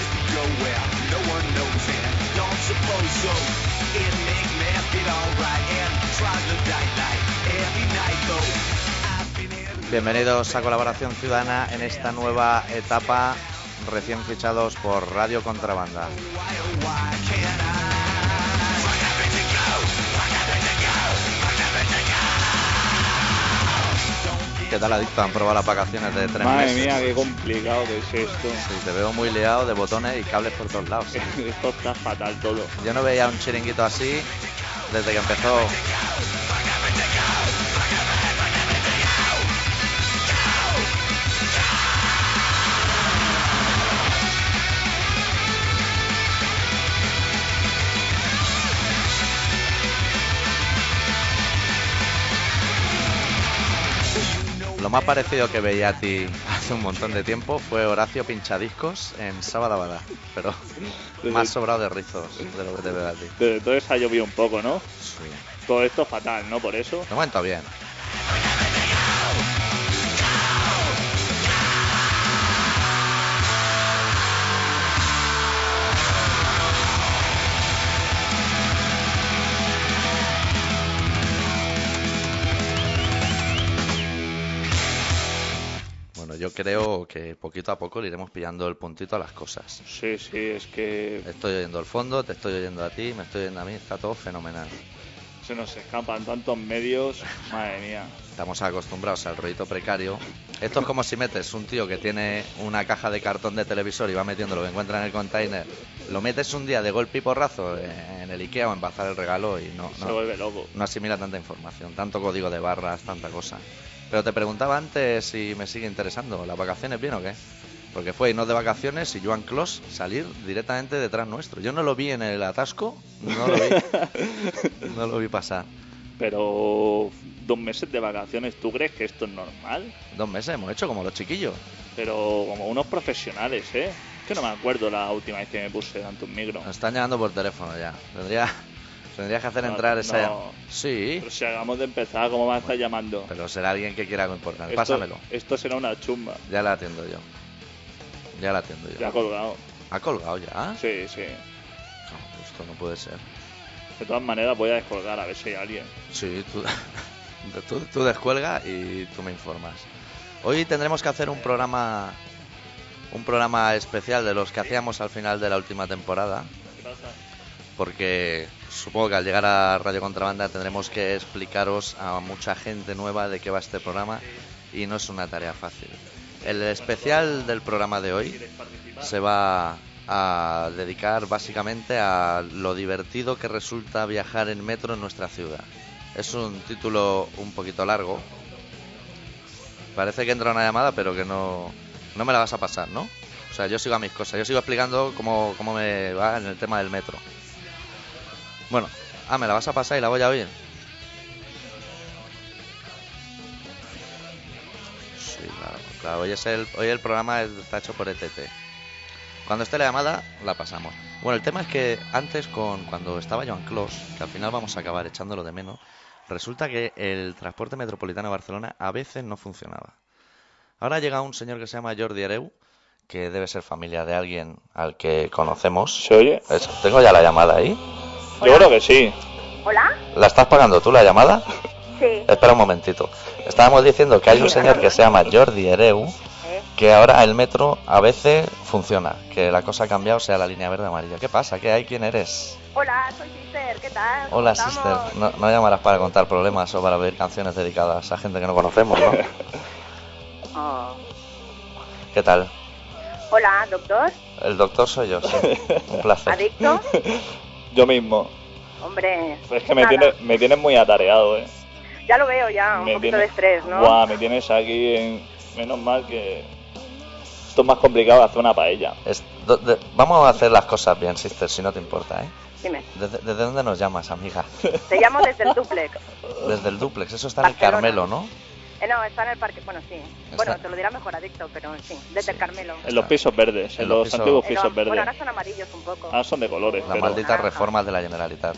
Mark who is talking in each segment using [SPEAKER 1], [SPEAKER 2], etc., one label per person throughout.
[SPEAKER 1] nowhere, no one knows and don't suppose so. It make man feel alright and troglodyte like every night though. I've been in-
[SPEAKER 2] Bienvenidos a Colaboración Ciudadana en esta nueva etapa, recién fichados por Radio Contrabanda.
[SPEAKER 1] Why, oh, why can't I? Fuck everything go, fuck everything go, fuck everything go.
[SPEAKER 2] ¿Qué tal, adicto? ¿Han probado las vacaciones de tres
[SPEAKER 3] Madre
[SPEAKER 2] meses?
[SPEAKER 3] mía, qué complicado que es esto.
[SPEAKER 2] Sí, te veo muy liado de botones y cables por todos lados.
[SPEAKER 3] Esto está fatal todo.
[SPEAKER 2] Yo no veía un chiringuito así desde que empezó. Lo más parecido que veía a ti hace un montón de tiempo fue Horacio Pinchadiscos en Sábado Bada, pero más sobrado de rizos de lo que te veo a ti.
[SPEAKER 3] Pero todo eso ha llovido un poco, ¿no?
[SPEAKER 2] Sí.
[SPEAKER 3] Todo esto fatal, ¿no? Por eso.
[SPEAKER 2] De momento bien. Bueno, Yo creo que poquito a poco le iremos pillando el puntito a las cosas.
[SPEAKER 3] Sí, sí, es que
[SPEAKER 2] Estoy oyendo al fondo, te estoy oyendo a ti, me estoy oyendo a mí, está todo fenomenal.
[SPEAKER 3] se nos escapan tantos medios. Madre mía.
[SPEAKER 2] Estamos acostumbrados al ruido precario. Esto es como si metes un tío que tiene una caja de cartón de televisor y va metiendo lo que encuentra en el container. Lo metes un día de golpe y porrazo en el Ikea o en Bazar el Regalo y no,
[SPEAKER 3] Se
[SPEAKER 2] no,
[SPEAKER 3] vuelve loco.
[SPEAKER 2] no asimila tanta información, tanto código de barras, tanta cosa. Pero te preguntaba antes si me sigue interesando, ¿las vacaciones bien o qué? Porque fue irnos de vacaciones y Joan Clos salir directamente detrás nuestro. Yo no lo vi en el atasco, no lo vi, no lo vi pasar.
[SPEAKER 3] Pero dos meses de vacaciones, ¿tú crees que esto es normal?
[SPEAKER 2] Dos meses hemos hecho como los chiquillos.
[SPEAKER 3] Pero como unos profesionales, ¿eh? Que no me acuerdo la última vez que me puse ante un micro.
[SPEAKER 2] Nos están llamando por teléfono ya. Tendría, tendrías que hacer
[SPEAKER 3] No,
[SPEAKER 2] entrar esa.
[SPEAKER 3] no.
[SPEAKER 2] Sí,
[SPEAKER 3] Pero si acabamos de empezar, ¿cómo me a estar llamando?
[SPEAKER 2] pero será alguien que quiera algo importante.
[SPEAKER 3] Esto-
[SPEAKER 2] Pásamelo.
[SPEAKER 3] Esto será una chumba.
[SPEAKER 2] Ya la atiendo yo. Ya la atiendo yo.
[SPEAKER 3] Ya colgado.
[SPEAKER 2] ¿Ha colgado ya?
[SPEAKER 3] Sí, sí.
[SPEAKER 2] No, esto no puede ser.
[SPEAKER 3] De todas maneras voy a descolgar a ver si hay alguien.
[SPEAKER 2] Sí, tú, tú, tú descuelga y tú me informas. Hoy tendremos que hacer un programa. Un programa especial de los que hacíamos al final de la última temporada.
[SPEAKER 3] ¿Qué pasa?
[SPEAKER 2] porque supongo que al llegar a Radio Contrabanda tendremos que explicaros a mucha gente nueva de qué va este programa y no es una tarea fácil. El especial del programa de hoy se va a dedicar básicamente a lo divertido que resulta viajar en metro en nuestra ciudad. Es un título un poquito largo. Parece que entra una llamada, pero que no, no me la vas a pasar, ¿no? O sea, yo sigo a mis cosas, yo sigo explicando cómo, cómo me va en el tema del metro. Bueno, ah, me la vas a pasar y la voy a oír. Sí, claro, claro. Hoy, es el, hoy el programa está hecho por ETT. Cuando esté la llamada, la pasamos. Bueno, el tema es que antes, con cuando estaba Joan Clos, que al final vamos a acabar echándolo de menos, resulta que el transporte metropolitano de Barcelona a veces no funcionaba. Ahora llega un señor que se llama Jordi Ereu, que debe ser familia de alguien al que conocemos.
[SPEAKER 3] ¿Se oye?
[SPEAKER 2] Es- Tengo ya la llamada ahí.
[SPEAKER 3] Yo creo que sí.
[SPEAKER 4] ¿Hola?
[SPEAKER 2] ¿La estás pagando tú la llamada?
[SPEAKER 4] Sí.
[SPEAKER 2] Espera un momentito. Estábamos diciendo que hay un señor que se llama Jordi Ereu, que ahora el metro a veces funciona, que la cosa ha cambiado, sea la línea verde amarilla. ¿Qué pasa? ¿Qué hay? ¿Quién eres?
[SPEAKER 4] Hola, soy Sister, ¿qué tal? ¿Cómo
[SPEAKER 2] Hola,
[SPEAKER 4] estamos?
[SPEAKER 2] sister. No, no llamarás para contar problemas o para pedir canciones dedicadas a gente que no conocemos, ¿no?
[SPEAKER 4] Oh.
[SPEAKER 2] ¿Qué tal?
[SPEAKER 4] Hola, doctor,
[SPEAKER 2] El doctor soy yo, sí. Un placer.
[SPEAKER 4] adicto.
[SPEAKER 3] Yo mismo.
[SPEAKER 4] Hombre,
[SPEAKER 3] Pues Es que me,
[SPEAKER 4] nada.
[SPEAKER 3] tiene, me tienes muy atareado, ¿eh?
[SPEAKER 4] ya lo veo ya, Ah, un
[SPEAKER 3] me
[SPEAKER 4] poquito
[SPEAKER 3] tiene-
[SPEAKER 4] de estrés, ¿no?
[SPEAKER 3] Buah, me tienes aquí en... Menos mal que... Esto es más complicado de hacer una paella.
[SPEAKER 2] Es- do- de- vamos a hacer las cosas bien, sister, si no te importa, ¿eh?
[SPEAKER 4] Dime,
[SPEAKER 2] ¿Desde, desde dónde nos llamas, amiga?
[SPEAKER 4] te llamo desde el duplex.
[SPEAKER 2] Desde el duplex. Eso está en el
[SPEAKER 4] Barcelona.
[SPEAKER 2] Carmelo, ¿no?
[SPEAKER 4] Eh, no, está en el parque, bueno, sí. Bueno,
[SPEAKER 2] Está-
[SPEAKER 4] te lo dirá mejor adicto, pero sí, desde el Carmelo.
[SPEAKER 3] En los pisos verdes, en,
[SPEAKER 2] En los
[SPEAKER 3] los,
[SPEAKER 2] pisos-
[SPEAKER 3] antiguos
[SPEAKER 4] Eh,
[SPEAKER 3] pisos
[SPEAKER 4] no, bueno,
[SPEAKER 3] verdes.
[SPEAKER 4] ahora son amarillos un poco.
[SPEAKER 3] Ah, son de colores,
[SPEAKER 2] La
[SPEAKER 3] pero...
[SPEAKER 2] maldita
[SPEAKER 4] Ajá.
[SPEAKER 2] reforma de la Generalitat.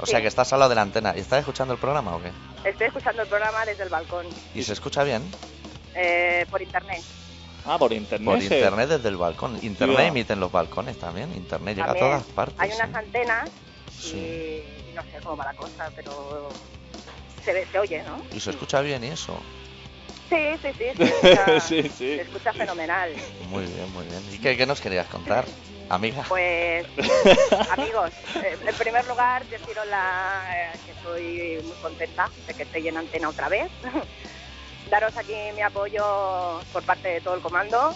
[SPEAKER 2] O sea
[SPEAKER 4] Sí.
[SPEAKER 2] que estás al lado de la antena. ¿Y estás escuchando el programa o qué?
[SPEAKER 4] Estoy escuchando el programa desde el balcón,
[SPEAKER 2] ¿Y se escucha bien?
[SPEAKER 4] eh, por internet.
[SPEAKER 3] Ah, por internet.
[SPEAKER 2] Por
[SPEAKER 3] se-
[SPEAKER 2] internet desde el balcón. Internet
[SPEAKER 3] Ya.
[SPEAKER 2] emiten los balcones también. Internet llega
[SPEAKER 4] También
[SPEAKER 2] a todas partes.
[SPEAKER 4] Hay unas
[SPEAKER 2] ¿eh?
[SPEAKER 4] antenas
[SPEAKER 2] Sí.
[SPEAKER 4] y no sé cómo va la cosa, pero se, ve- se oye, ¿no?
[SPEAKER 2] Y se escucha bien y eso.
[SPEAKER 4] Sí, sí, sí. Se escucha,
[SPEAKER 3] Sí, sí.
[SPEAKER 4] se escucha fenomenal.
[SPEAKER 2] Muy bien, muy bien. ¿Y qué, qué nos querías contar, amiga?
[SPEAKER 4] Pues, amigos, eh, en primer lugar, deciros la, eh, que estoy muy contenta de que esté en antena otra vez. Daros aquí mi apoyo por parte de todo el comando.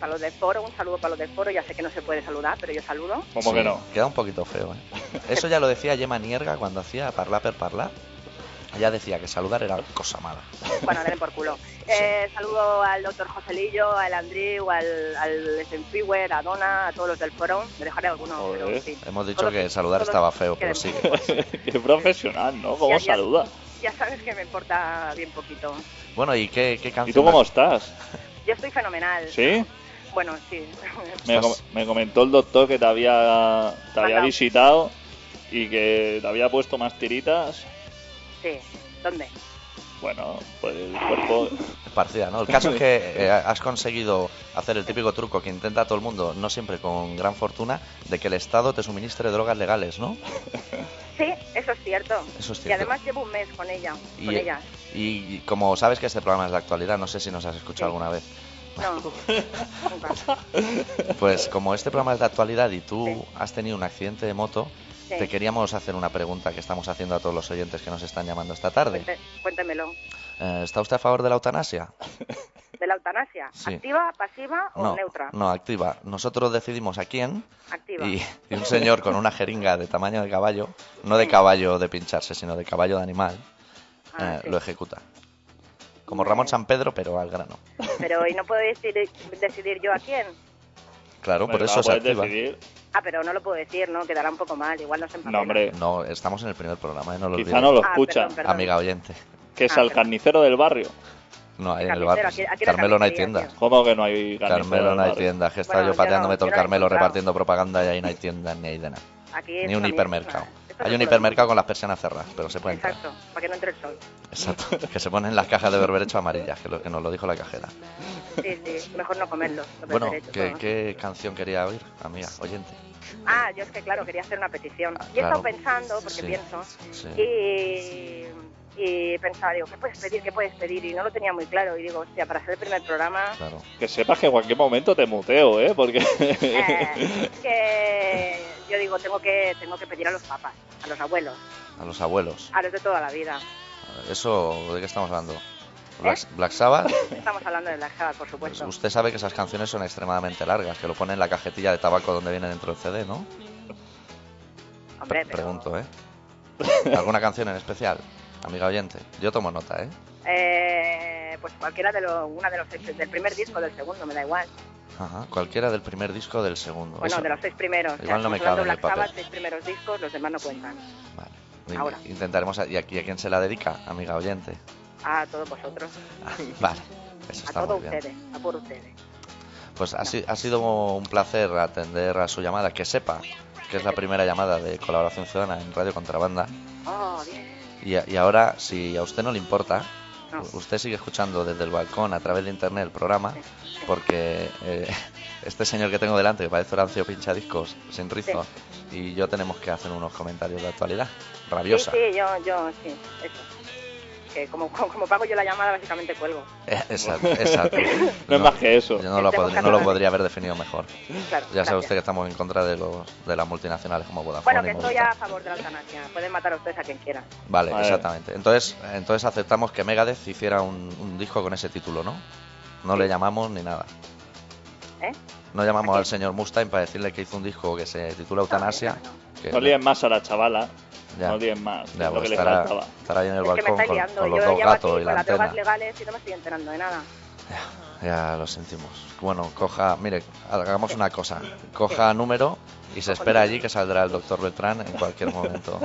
[SPEAKER 4] Para los del foro, un saludo para los del foro. Ya sé que no se puede saludar, pero yo saludo.
[SPEAKER 3] ¿Cómo
[SPEAKER 2] Sí,
[SPEAKER 3] que no?
[SPEAKER 2] Queda un poquito feo, ¿eh? Eso ya lo decía Gemma Nierga cuando hacía Parlar per Parlar. Ella decía que saludar era cosa mala.
[SPEAKER 4] Bueno, denle por culo. Eh, saludo al doctor Joselillo, al Andrew, al, al Senfiwer, a Donna, a todos los del foro. Me dejaré algunos, pero
[SPEAKER 3] Joder.
[SPEAKER 4] sí.
[SPEAKER 2] Hemos dicho
[SPEAKER 4] Todos-
[SPEAKER 2] que saludar
[SPEAKER 4] todos
[SPEAKER 2] estaba feo, pero
[SPEAKER 4] queremos.
[SPEAKER 2] sí.
[SPEAKER 3] Qué profesional, ¿no? ¿Cómo
[SPEAKER 4] Ya, ya.
[SPEAKER 3] saluda?
[SPEAKER 4] Ya sabes que me importa bien poquito.
[SPEAKER 2] Bueno, ¿y qué, qué
[SPEAKER 3] ¿Y
[SPEAKER 2] canción?
[SPEAKER 3] tú cómo estás?
[SPEAKER 4] Yo estoy fenomenal.
[SPEAKER 3] ¿Sí?
[SPEAKER 4] Bueno, sí.
[SPEAKER 3] Me, com- me comentó el doctor que te había, te había
[SPEAKER 4] Mandado. visitado
[SPEAKER 3] visitado y que te había puesto más tiritas.
[SPEAKER 4] sí. ¿Dónde?
[SPEAKER 3] Bueno, pues el cuerpo.
[SPEAKER 2] Esparcida, ¿no? El caso es que eh, has conseguido hacer el típico truco que intenta todo el mundo, no siempre con gran fortuna, de que el Estado te suministre drogas legales, ¿no?
[SPEAKER 4] Sí, eso es cierto.
[SPEAKER 2] Eso es
[SPEAKER 4] Y
[SPEAKER 2] cierto.
[SPEAKER 4] además llevo un mes con ella,
[SPEAKER 2] Y- eh,
[SPEAKER 4] con ellas.
[SPEAKER 2] Y, y como sabes que este programa es de actualidad, no sé si nos has escuchado
[SPEAKER 4] Sí.
[SPEAKER 2] alguna vez.
[SPEAKER 4] No, nunca.
[SPEAKER 2] Pues como este programa es de actualidad y tú
[SPEAKER 4] Sí.
[SPEAKER 2] has tenido un accidente de moto,
[SPEAKER 4] Sí.
[SPEAKER 2] te queríamos hacer una pregunta que estamos haciendo a todos los oyentes que nos están llamando esta
[SPEAKER 4] Cuente-
[SPEAKER 2] tarde.
[SPEAKER 4] cuéntemelo.
[SPEAKER 2] Eh, ¿Está usted a favor de la eutanasia?
[SPEAKER 4] ¿De la eutanasia?
[SPEAKER 2] Sí.
[SPEAKER 4] ¿Activa, pasiva o
[SPEAKER 2] No,
[SPEAKER 4] neutra?
[SPEAKER 2] no, activa. Nosotros decidimos a quién
[SPEAKER 4] Activa.
[SPEAKER 2] y, y un señor con una jeringa de tamaño de caballo, no de caballo de pincharse, sino de caballo de animal,
[SPEAKER 4] Ah,
[SPEAKER 2] eh,
[SPEAKER 4] sí.
[SPEAKER 2] lo ejecuta. Como Ramón San Pedro, pero al grano.
[SPEAKER 4] Pero ¿y no puedo decidir, decidir yo a quién?
[SPEAKER 2] Claro, por eso se
[SPEAKER 3] puedes
[SPEAKER 2] activa.
[SPEAKER 3] decidir.
[SPEAKER 4] Ah, pero no lo puedo decir, ¿no? Quedará un poco mal. Igual nos empapela.
[SPEAKER 3] No, hombre,
[SPEAKER 2] No, estamos en el primer programa, ¿eh? no lo
[SPEAKER 3] quizá
[SPEAKER 2] olvides.
[SPEAKER 3] no lo
[SPEAKER 4] Ah,
[SPEAKER 3] escuchan.
[SPEAKER 4] perdón, perdón.
[SPEAKER 2] Amiga oyente.
[SPEAKER 3] Que es
[SPEAKER 4] Ah,
[SPEAKER 3] al
[SPEAKER 4] perdón.
[SPEAKER 3] carnicero del barrio.
[SPEAKER 2] No, ahí en el
[SPEAKER 4] Carnicero,
[SPEAKER 2] barrio.
[SPEAKER 4] aquí- aquí en la
[SPEAKER 2] Carmelo no hay
[SPEAKER 4] carnicería,
[SPEAKER 2] tienda.
[SPEAKER 4] tío.
[SPEAKER 3] ¿Cómo que no hay carnicero?
[SPEAKER 2] Carmelo
[SPEAKER 3] del
[SPEAKER 2] no hay
[SPEAKER 3] barrio?
[SPEAKER 2] tienda, que estaba
[SPEAKER 4] Bueno,
[SPEAKER 2] yo
[SPEAKER 4] yo
[SPEAKER 2] pateándome
[SPEAKER 4] no-
[SPEAKER 2] todo el
[SPEAKER 4] yo no he
[SPEAKER 2] Carmelo
[SPEAKER 4] encontrado.
[SPEAKER 2] repartiendo propaganda y ahí no hay tienda ni hay de nada.
[SPEAKER 4] Aquí
[SPEAKER 2] Ni
[SPEAKER 4] es
[SPEAKER 2] un
[SPEAKER 4] una
[SPEAKER 2] hipermercado.
[SPEAKER 4] mierda. Esto
[SPEAKER 2] Hay
[SPEAKER 4] se
[SPEAKER 2] un
[SPEAKER 4] puede-
[SPEAKER 2] hipermercado con las persianas cerradas, pero se puede entrar.
[SPEAKER 4] Exacto, para que no entre el sol.
[SPEAKER 2] Exacto. Que se ponen las cajas de berberecho amarillas, que, lo, que nos lo dijo la cajera.
[SPEAKER 4] Sí, sí, mejor no comerlo. lo
[SPEAKER 2] Bueno,
[SPEAKER 4] prefiero yo,
[SPEAKER 2] ¿qué,
[SPEAKER 4] todo.
[SPEAKER 2] qué canción quería oír, amiga, oyente?
[SPEAKER 4] Ah, yo es que, claro, quería hacer una petición.
[SPEAKER 2] Ah,
[SPEAKER 4] y he estado
[SPEAKER 2] claro.
[SPEAKER 4] pensando, porque
[SPEAKER 2] Sí.
[SPEAKER 4] pienso,
[SPEAKER 2] Sí.
[SPEAKER 4] y, y pensaba, digo, ¿qué puedes pedir? ¿Qué puedes pedir? Y no lo tenía muy claro. Y digo, hostia, para hacer el primer programa,
[SPEAKER 2] Claro.
[SPEAKER 3] Que sepas que en cualquier momento te muteo, ¿eh? Porque.
[SPEAKER 4] eh, que yo digo, tengo que, tengo que pedir a los papás, a los abuelos,
[SPEAKER 2] A los abuelos.
[SPEAKER 4] a los de toda la vida.
[SPEAKER 2] Eso, ¿de qué estamos
[SPEAKER 4] ¿Eh?
[SPEAKER 2] hablando? Black, Black Sabbath,
[SPEAKER 4] Estamos hablando de la Java, por
[SPEAKER 2] pues
[SPEAKER 4] supuesto.
[SPEAKER 2] usted sabe que esas canciones son extremadamente largas, que lo ponen en la cajetilla de tabaco donde viene dentro el CD, ¿no?
[SPEAKER 4] Hombre,
[SPEAKER 2] Pre-
[SPEAKER 4] pero,
[SPEAKER 2] Pregunto, ¿eh? ¿Alguna canción en especial? Amiga oyente, yo tomo nota, ¿eh?
[SPEAKER 4] eh, pues cualquiera de los, una de los seis- del primer disco, del segundo, me da igual.
[SPEAKER 2] Ajá, cualquiera del primer disco o del segundo.
[SPEAKER 4] Bueno,
[SPEAKER 2] eso-
[SPEAKER 4] de los seis primeros. O sea,
[SPEAKER 2] Igual no me
[SPEAKER 4] estamos hablando
[SPEAKER 2] cabe en el
[SPEAKER 4] Black Sabbath,
[SPEAKER 2] papel.
[SPEAKER 4] seis primeros discos, los demás no cuentan.
[SPEAKER 2] Vale. Y-
[SPEAKER 4] Ahora.
[SPEAKER 2] Intentaremos. a- ¿Y aquí a quién se la dedica, amiga oyente?
[SPEAKER 4] A todos vosotros,
[SPEAKER 2] Ah, vale, eso
[SPEAKER 4] a
[SPEAKER 2] está muy
[SPEAKER 4] todos
[SPEAKER 2] bien.
[SPEAKER 4] ustedes, a por ustedes.
[SPEAKER 2] Pues ha, si- ha sido un placer atender a su llamada. Que sepa que es la primera llamada de colaboración ciudadana en Radio Contrabanda.
[SPEAKER 4] Oh, bien.
[SPEAKER 2] Y, a- y ahora, si a usted no le importa,
[SPEAKER 4] No.
[SPEAKER 2] usted sigue escuchando desde el balcón a través de internet el programa,
[SPEAKER 4] Sí, sí.
[SPEAKER 2] porque eh, este señor que tengo delante, que parece Horacio Pinchadiscos, sin rizos, y yo tenemos que hacer unos comentarios de actualidad rabiosa.
[SPEAKER 4] Sí, sí, yo, yo, sí, eso. Que como, como, como pago yo la llamada, básicamente cuelgo.
[SPEAKER 2] Eh, Exacto, exacto.
[SPEAKER 3] No es más que eso.
[SPEAKER 2] Yo no lo,
[SPEAKER 4] Tengo
[SPEAKER 2] podría,
[SPEAKER 4] que
[SPEAKER 2] no lo
[SPEAKER 4] hacer-
[SPEAKER 2] podría haber definido mejor.
[SPEAKER 4] Claro,
[SPEAKER 2] Ya sabe
[SPEAKER 4] gracias.
[SPEAKER 2] usted que estamos en contra de los de las multinacionales como Vodafone.
[SPEAKER 4] Bueno, que
[SPEAKER 2] y
[SPEAKER 4] estoy
[SPEAKER 2] Movistar.
[SPEAKER 4] a favor de la eutanasia. Pueden matar a ustedes a quien quieran.
[SPEAKER 2] Vale,
[SPEAKER 3] Vale.
[SPEAKER 2] exactamente. Entonces, entonces aceptamos que Megadeth hiciera un, un disco con ese título, ¿no? No le llamamos ni nada.
[SPEAKER 4] ¿Eh?
[SPEAKER 2] No llamamos
[SPEAKER 4] ¿A
[SPEAKER 2] al señor Mustaine para decirle que hizo un disco que se titula Eutanasia. que
[SPEAKER 3] Ah, No líen más a la chavala.
[SPEAKER 2] Ya.
[SPEAKER 3] No líen más.
[SPEAKER 2] Ya,
[SPEAKER 3] es lo
[SPEAKER 2] pues
[SPEAKER 3] que le
[SPEAKER 2] estará,
[SPEAKER 3] faltaba.
[SPEAKER 2] estará ahí en el
[SPEAKER 4] es que me
[SPEAKER 2] balcón
[SPEAKER 4] está
[SPEAKER 2] con,
[SPEAKER 4] liando.
[SPEAKER 2] con
[SPEAKER 4] yo
[SPEAKER 2] los dos
[SPEAKER 4] llevo
[SPEAKER 2] gatos
[SPEAKER 4] aquí
[SPEAKER 2] y
[SPEAKER 4] con
[SPEAKER 2] la
[SPEAKER 4] las drogas
[SPEAKER 2] antena.
[SPEAKER 4] legales y no me estoy enterando de nada.
[SPEAKER 2] Ya lo sentimos. Bueno, coja, mire, hagamos una cosa. Coja número y se espera allí que saldrá el doctor Beltrán en cualquier momento.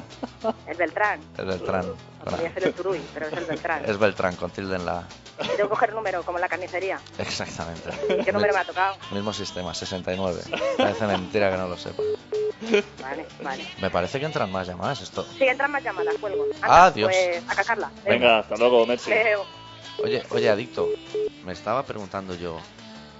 [SPEAKER 4] Es Beltrán.
[SPEAKER 2] El Beltrán.
[SPEAKER 4] Podría ser el Turuy, pero es el Beltrán.
[SPEAKER 2] Es Beltrán, con tilde en la.
[SPEAKER 4] Tengo que coger el número, como en la carnicería.
[SPEAKER 2] Exactamente.
[SPEAKER 4] ¿Qué número me ha tocado?
[SPEAKER 2] Mismo sistema, 69. Parece mentira que no lo sepa.
[SPEAKER 4] Vale, vale.
[SPEAKER 2] Me parece que entran más llamadas esto.
[SPEAKER 4] Si entran más llamadas, cuelgo.
[SPEAKER 2] Ah, Dios.
[SPEAKER 4] Pues, a cagarla. Eh,
[SPEAKER 3] Venga, hasta luego, Messi.
[SPEAKER 4] Leo.
[SPEAKER 2] Oye, oye, adicto. Me estaba preguntando yo.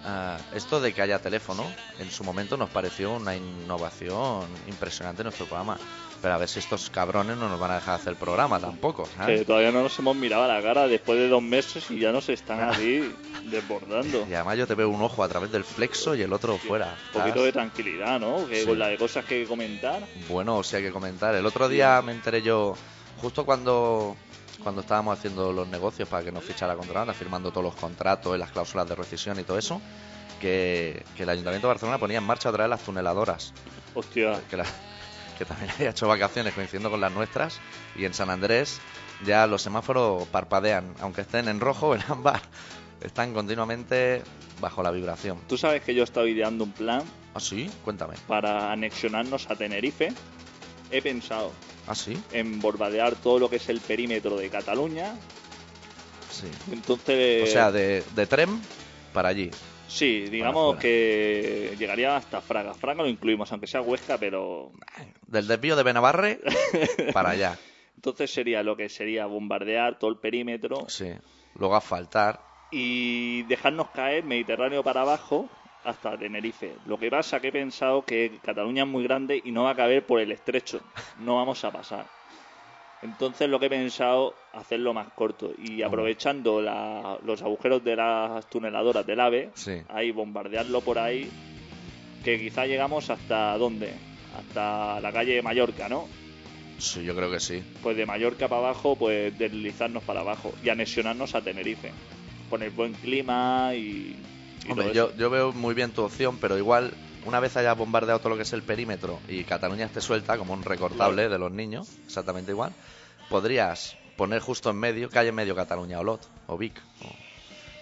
[SPEAKER 2] Ah, esto de que haya teléfono, en su momento nos pareció una innovación impresionante en nuestro programa. Pero a ver si estos cabrones no nos van a dejar hacer el programa tampoco, ¿sabes?
[SPEAKER 3] Que todavía no nos hemos mirado a la cara después de dos meses y ya nos están
[SPEAKER 2] Ah.
[SPEAKER 3] así desbordando.
[SPEAKER 2] Y además yo te veo un ojo a través del flexo y el otro fuera.
[SPEAKER 3] Un poquito
[SPEAKER 2] ¿sabes?
[SPEAKER 3] de tranquilidad, ¿no? Que
[SPEAKER 2] Sí.
[SPEAKER 3] con la de cosas que comentar.
[SPEAKER 2] Bueno, o sea hay que comentar. El otro día me enteré yo, justo cuando, cuando estábamos haciendo los negocios para que nos fichara Contrabanda, firmando todos los contratos y las cláusulas de rescisión y todo eso, que, que el Ayuntamiento de Barcelona ponía en marcha otra vez las tuneladoras,
[SPEAKER 3] Hostia,
[SPEAKER 2] que, la- que también había hecho vacaciones coincidiendo con las nuestras, y en San Andrés ya los semáforos parpadean, aunque estén en rojo o en ámbar, están continuamente bajo la vibración.
[SPEAKER 3] tú sabes que yo estaba ideando un plan
[SPEAKER 2] ¿Ah, sí? Cuéntame.
[SPEAKER 3] para anexionarnos a Tenerife. He pensado
[SPEAKER 2] ¿Ah, sí?
[SPEAKER 3] en bombardear todo lo que es el perímetro de Cataluña.
[SPEAKER 2] Sí.
[SPEAKER 3] Entonces,
[SPEAKER 2] O sea, de, de tren para allí.
[SPEAKER 3] sí, digamos
[SPEAKER 2] fuera.
[SPEAKER 3] que llegaría hasta Fraga. Fraga lo incluimos, aunque sea Huesca, pero
[SPEAKER 2] Del desvío de Benavarre para allá.
[SPEAKER 3] entonces sería lo que sería bombardear todo el perímetro
[SPEAKER 2] Sí. Luego a faltar.
[SPEAKER 3] y dejarnos caer Mediterráneo para abajo hasta Tenerife. Lo que pasa que he pensado que Cataluña es muy grande y no va a caber por el estrecho. No vamos a pasar. Entonces lo que he pensado, hacerlo más corto y aprovechando la- los agujeros de las tuneladoras del AVE,
[SPEAKER 2] Sí.
[SPEAKER 3] ahí bombardearlo por ahí, que quizá llegamos hasta dónde, hasta la calle de Mallorca, ¿no?
[SPEAKER 2] Sí, yo creo que sí.
[SPEAKER 3] pues de Mallorca para abajo, pues deslizarnos para abajo y anexionarnos a Tenerife. Con el buen clima y. y
[SPEAKER 2] Hombre,
[SPEAKER 3] todo
[SPEAKER 2] yo,
[SPEAKER 3] eso.
[SPEAKER 2] yo veo muy bien tu opción, pero igual una vez hayas bombardeado todo lo que es el perímetro y Cataluña esté suelta, como un recortable de los niños, exactamente igual, podrías poner justo en medio, calle en medio Cataluña o Lot o Vic. o-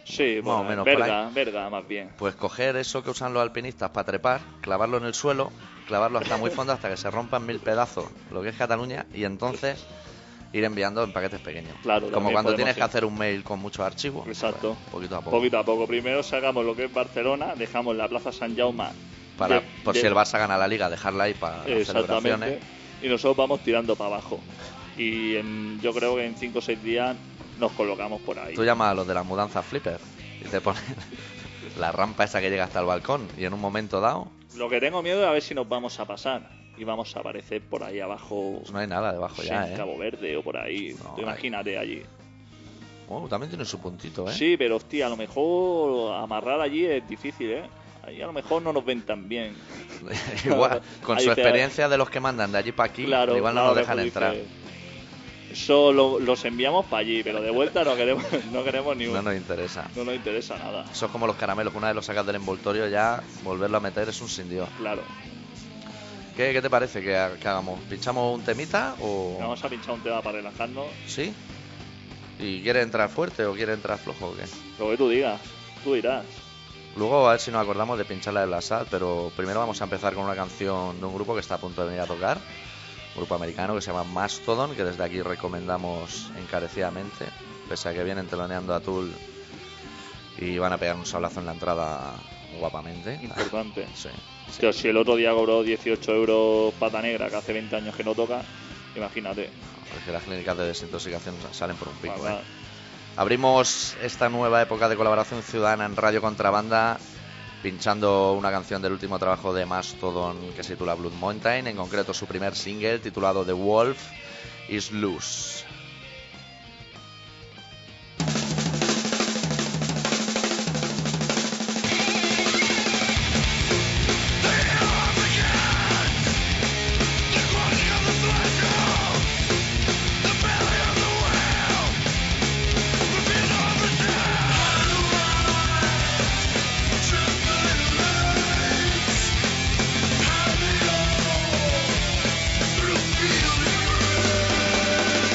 [SPEAKER 3] Sí,
[SPEAKER 2] más
[SPEAKER 3] bueno,
[SPEAKER 2] o menos por
[SPEAKER 3] verga, verga, más bien.
[SPEAKER 2] Pues coger eso que usan los alpinistas para trepar, clavarlo en el suelo, clavarlo hasta muy fondo hasta que se rompan mil pedazos lo que es Cataluña y entonces ir enviando en paquetes pequeños.
[SPEAKER 3] Claro,
[SPEAKER 2] Como
[SPEAKER 3] también
[SPEAKER 2] cuando
[SPEAKER 3] podemos
[SPEAKER 2] tienes que
[SPEAKER 3] ir.
[SPEAKER 2] hacer un mail con muchos archivos.
[SPEAKER 3] Exacto.
[SPEAKER 2] pues, poquito a poco.
[SPEAKER 3] Poquito a poco. Primero sacamos lo que es Barcelona, dejamos la Plaza San Jaume.
[SPEAKER 2] Para,
[SPEAKER 3] de-
[SPEAKER 2] por
[SPEAKER 3] de-
[SPEAKER 2] si el Barça gana la liga, dejarla ahí para las
[SPEAKER 3] Exactamente.
[SPEAKER 2] celebraciones.
[SPEAKER 3] Y nosotros vamos tirando para abajo. Y en- yo creo que en 5 o 6 días nos colocamos por ahí.
[SPEAKER 2] Tú llamas a los de la mudanza flipper y te ponen la rampa esa que llega hasta el balcón y en un momento dado
[SPEAKER 3] Lo que tengo miedo es a ver si nos vamos a pasar y vamos a aparecer por ahí abajo.
[SPEAKER 2] pues no hay nada debajo
[SPEAKER 3] Sí,
[SPEAKER 2] ya,
[SPEAKER 3] en
[SPEAKER 2] ¿eh?
[SPEAKER 3] Cabo Verde o por ahí.
[SPEAKER 2] No, ¿eh?
[SPEAKER 3] Tú
[SPEAKER 2] ahí.
[SPEAKER 3] imagínate allí.
[SPEAKER 2] Oh, también tiene su puntito, ¿eh?
[SPEAKER 3] Sí, pero hostia, a lo mejor amarrar allí es difícil, ¿eh? Ahí a lo mejor no nos ven tan bien.
[SPEAKER 2] igual, con
[SPEAKER 3] Ahí
[SPEAKER 2] su
[SPEAKER 3] te-
[SPEAKER 2] experiencia de los que mandan de allí para aquí,
[SPEAKER 3] claro,
[SPEAKER 2] igual no
[SPEAKER 3] claro,
[SPEAKER 2] nos dejan
[SPEAKER 3] tú
[SPEAKER 2] entrar.
[SPEAKER 3] dices, Eso lo- los enviamos para allí, pero de vuelta no queremos, no queremos ni
[SPEAKER 2] No
[SPEAKER 3] uno.
[SPEAKER 2] nos interesa.
[SPEAKER 3] No nos interesa nada.
[SPEAKER 2] Eso es como los caramelos, que una vez los sacas del envoltorio ya volverlo a meter es un sin Dios.
[SPEAKER 3] Claro.
[SPEAKER 2] ¿Qué, qué te parece que, ha- que hagamos? ¿Pinchamos un temita o...?
[SPEAKER 3] Vamos a pinchar un tema para relajarnos.
[SPEAKER 2] ¿Sí? ¿Y quiere entrar fuerte o quiere entrar flojo o qué?
[SPEAKER 3] Lo que tú digas, tú dirás.
[SPEAKER 2] Luego a ver si nos acordamos de pinchar la de la sal, pero primero vamos a empezar con una canción de un grupo que está a punto de venir a tocar, un grupo americano que se llama Mastodon, que desde aquí recomendamos encarecidamente, pese a que vienen teloneando a Tool y van a pegar un sablazo en la entrada guapamente.
[SPEAKER 3] Importante.
[SPEAKER 2] Sí.
[SPEAKER 3] Hostia, si el otro día cobró 18 euros pata negra, que hace 20 años que no toca, imagínate.
[SPEAKER 2] Porque las clínicas de desintoxicación salen por un pico.
[SPEAKER 3] Ahora,
[SPEAKER 2] ¿eh? Abrimos esta nueva época de colaboración ciudadana en Radio Contrabanda pinchando una canción del último trabajo de Mastodon que se titula Blood Mountain, en concreto su primer single titulado The Wolf is Loose.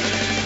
[SPEAKER 1] Thank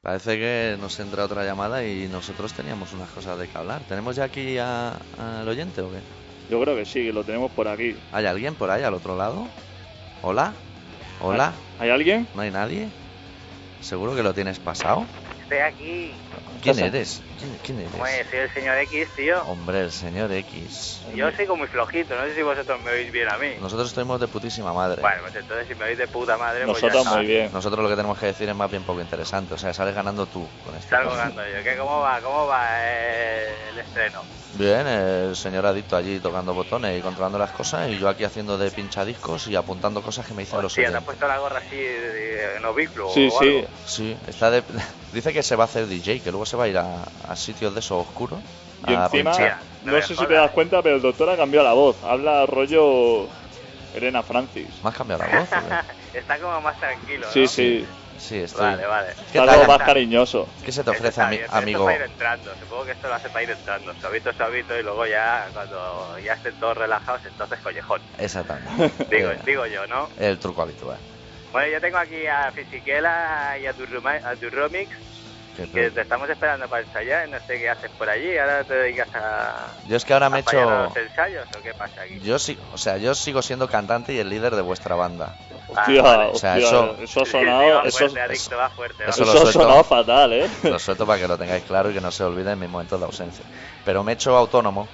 [SPEAKER 2] Parece que nos entra otra llamada y nosotros teníamos unas cosas de que hablar. ¿Tenemos ya aquí a- al oyente o qué?
[SPEAKER 3] Yo creo que sí, que lo tenemos por aquí.
[SPEAKER 2] ¿Hay alguien por ahí al otro lado? ¿Hola? ¿Hola?
[SPEAKER 3] ¿Hay alguien?
[SPEAKER 2] ¿No hay nadie? ¿Seguro que lo tienes pasado?
[SPEAKER 5] Estoy aquí.
[SPEAKER 2] ¿Quién
[SPEAKER 3] Pasa.
[SPEAKER 2] eres? ¿Quién, quién
[SPEAKER 5] Pues
[SPEAKER 2] eres?
[SPEAKER 5] soy el señor X, tío.
[SPEAKER 2] Hombre, el señor X.
[SPEAKER 5] Yo sigo muy flojito, no sé si vosotros me oís bien a mí.
[SPEAKER 2] Nosotros estuvimos de putísima madre.
[SPEAKER 5] Bueno, pues entonces si me oís de puta madre, pues ya
[SPEAKER 3] Nosotros
[SPEAKER 5] está.
[SPEAKER 3] muy bien.
[SPEAKER 2] Nosotros lo que tenemos que decir es más bien poco interesante. O sea, sales ganando tú con esto.
[SPEAKER 5] Salgo ganando yo. ¿Qué, ¿Cómo va, cómo va eh, el estreno?
[SPEAKER 2] Bien, el señor adicto allí tocando botones y controlando las cosas y yo aquí haciendo de pinchadiscos y apuntando cosas que me dicen los
[SPEAKER 5] Hostia, pues- te has
[SPEAKER 2] oyentes.
[SPEAKER 5] puesto la gorra así de- de- en obiclo
[SPEAKER 3] Sí,
[SPEAKER 5] o
[SPEAKER 3] sí.
[SPEAKER 5] algo.
[SPEAKER 2] Sí, está de... dice que se va a hacer DJ, que luego se va a ir a, a sitios de esos oscuros.
[SPEAKER 3] Y
[SPEAKER 2] a
[SPEAKER 3] encima,
[SPEAKER 2] pinchar.
[SPEAKER 5] no
[SPEAKER 3] no
[SPEAKER 5] me
[SPEAKER 3] sé si
[SPEAKER 5] jodas.
[SPEAKER 3] te das cuenta, pero el doctor ha cambiado la voz. Habla rollo Elena Francis.
[SPEAKER 2] ¿Me has cambiado la voz? o qué?
[SPEAKER 5] Está como más tranquilo, ¿no?
[SPEAKER 3] Sí, sí.
[SPEAKER 2] Sí, estoy.
[SPEAKER 5] Vale, vale.
[SPEAKER 2] ¿Qué
[SPEAKER 3] Está
[SPEAKER 2] tal?
[SPEAKER 3] algo más cariñoso.
[SPEAKER 5] Ah,
[SPEAKER 2] ¿Qué se te
[SPEAKER 5] Esto
[SPEAKER 2] ofrece,
[SPEAKER 5] está
[SPEAKER 2] ami-
[SPEAKER 5] bien, pero
[SPEAKER 2] amigo?
[SPEAKER 5] Esto para ir entrando, supongo que esto lo hace para ir entrando, suavito, suavito, y luego ya, cuando ya estén todos relajados, entonces collejón.
[SPEAKER 2] Exactamente.
[SPEAKER 5] Digo,
[SPEAKER 2] Eh,
[SPEAKER 5] digo yo, ¿no?
[SPEAKER 2] El truco habitual.
[SPEAKER 5] Bueno, yo tengo aquí a Fisiquela y a tu, Ruma- a tu Romix,
[SPEAKER 2] Que-
[SPEAKER 5] que te estamos esperando para ensayar, no sé qué haces por allí, ahora te dedicas a...
[SPEAKER 2] Yo es que ahora me
[SPEAKER 5] a
[SPEAKER 2] he
[SPEAKER 5] fallar
[SPEAKER 2] hecho...
[SPEAKER 5] a los ensayos o qué pasa aquí?
[SPEAKER 2] Yo sí, o sea, yo sigo siendo cantante y el líder de vuestra banda.
[SPEAKER 3] Hostia,
[SPEAKER 5] Ah, vale.
[SPEAKER 2] O sea,
[SPEAKER 3] hostia,
[SPEAKER 2] eso-
[SPEAKER 3] eso ha
[SPEAKER 5] Sí, pues, sí,
[SPEAKER 3] sonado,
[SPEAKER 5] va
[SPEAKER 3] eso,
[SPEAKER 5] fuerte, adicto, va fuerte, va
[SPEAKER 2] eso
[SPEAKER 3] eso
[SPEAKER 2] lo
[SPEAKER 5] fuerte.
[SPEAKER 3] ha
[SPEAKER 2] suelto.
[SPEAKER 3] sonado fatal, ¿eh?
[SPEAKER 2] Lo suelto para que lo tengáis claro y que no se olvide en mis momentos de ausencia. Pero me he hecho autónomo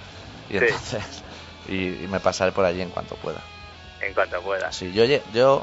[SPEAKER 2] y
[SPEAKER 5] Sí.
[SPEAKER 2] entonces y, y me pasaré por allí en cuanto pueda.
[SPEAKER 5] en cuanto puedas.
[SPEAKER 2] Así, yo lle- yo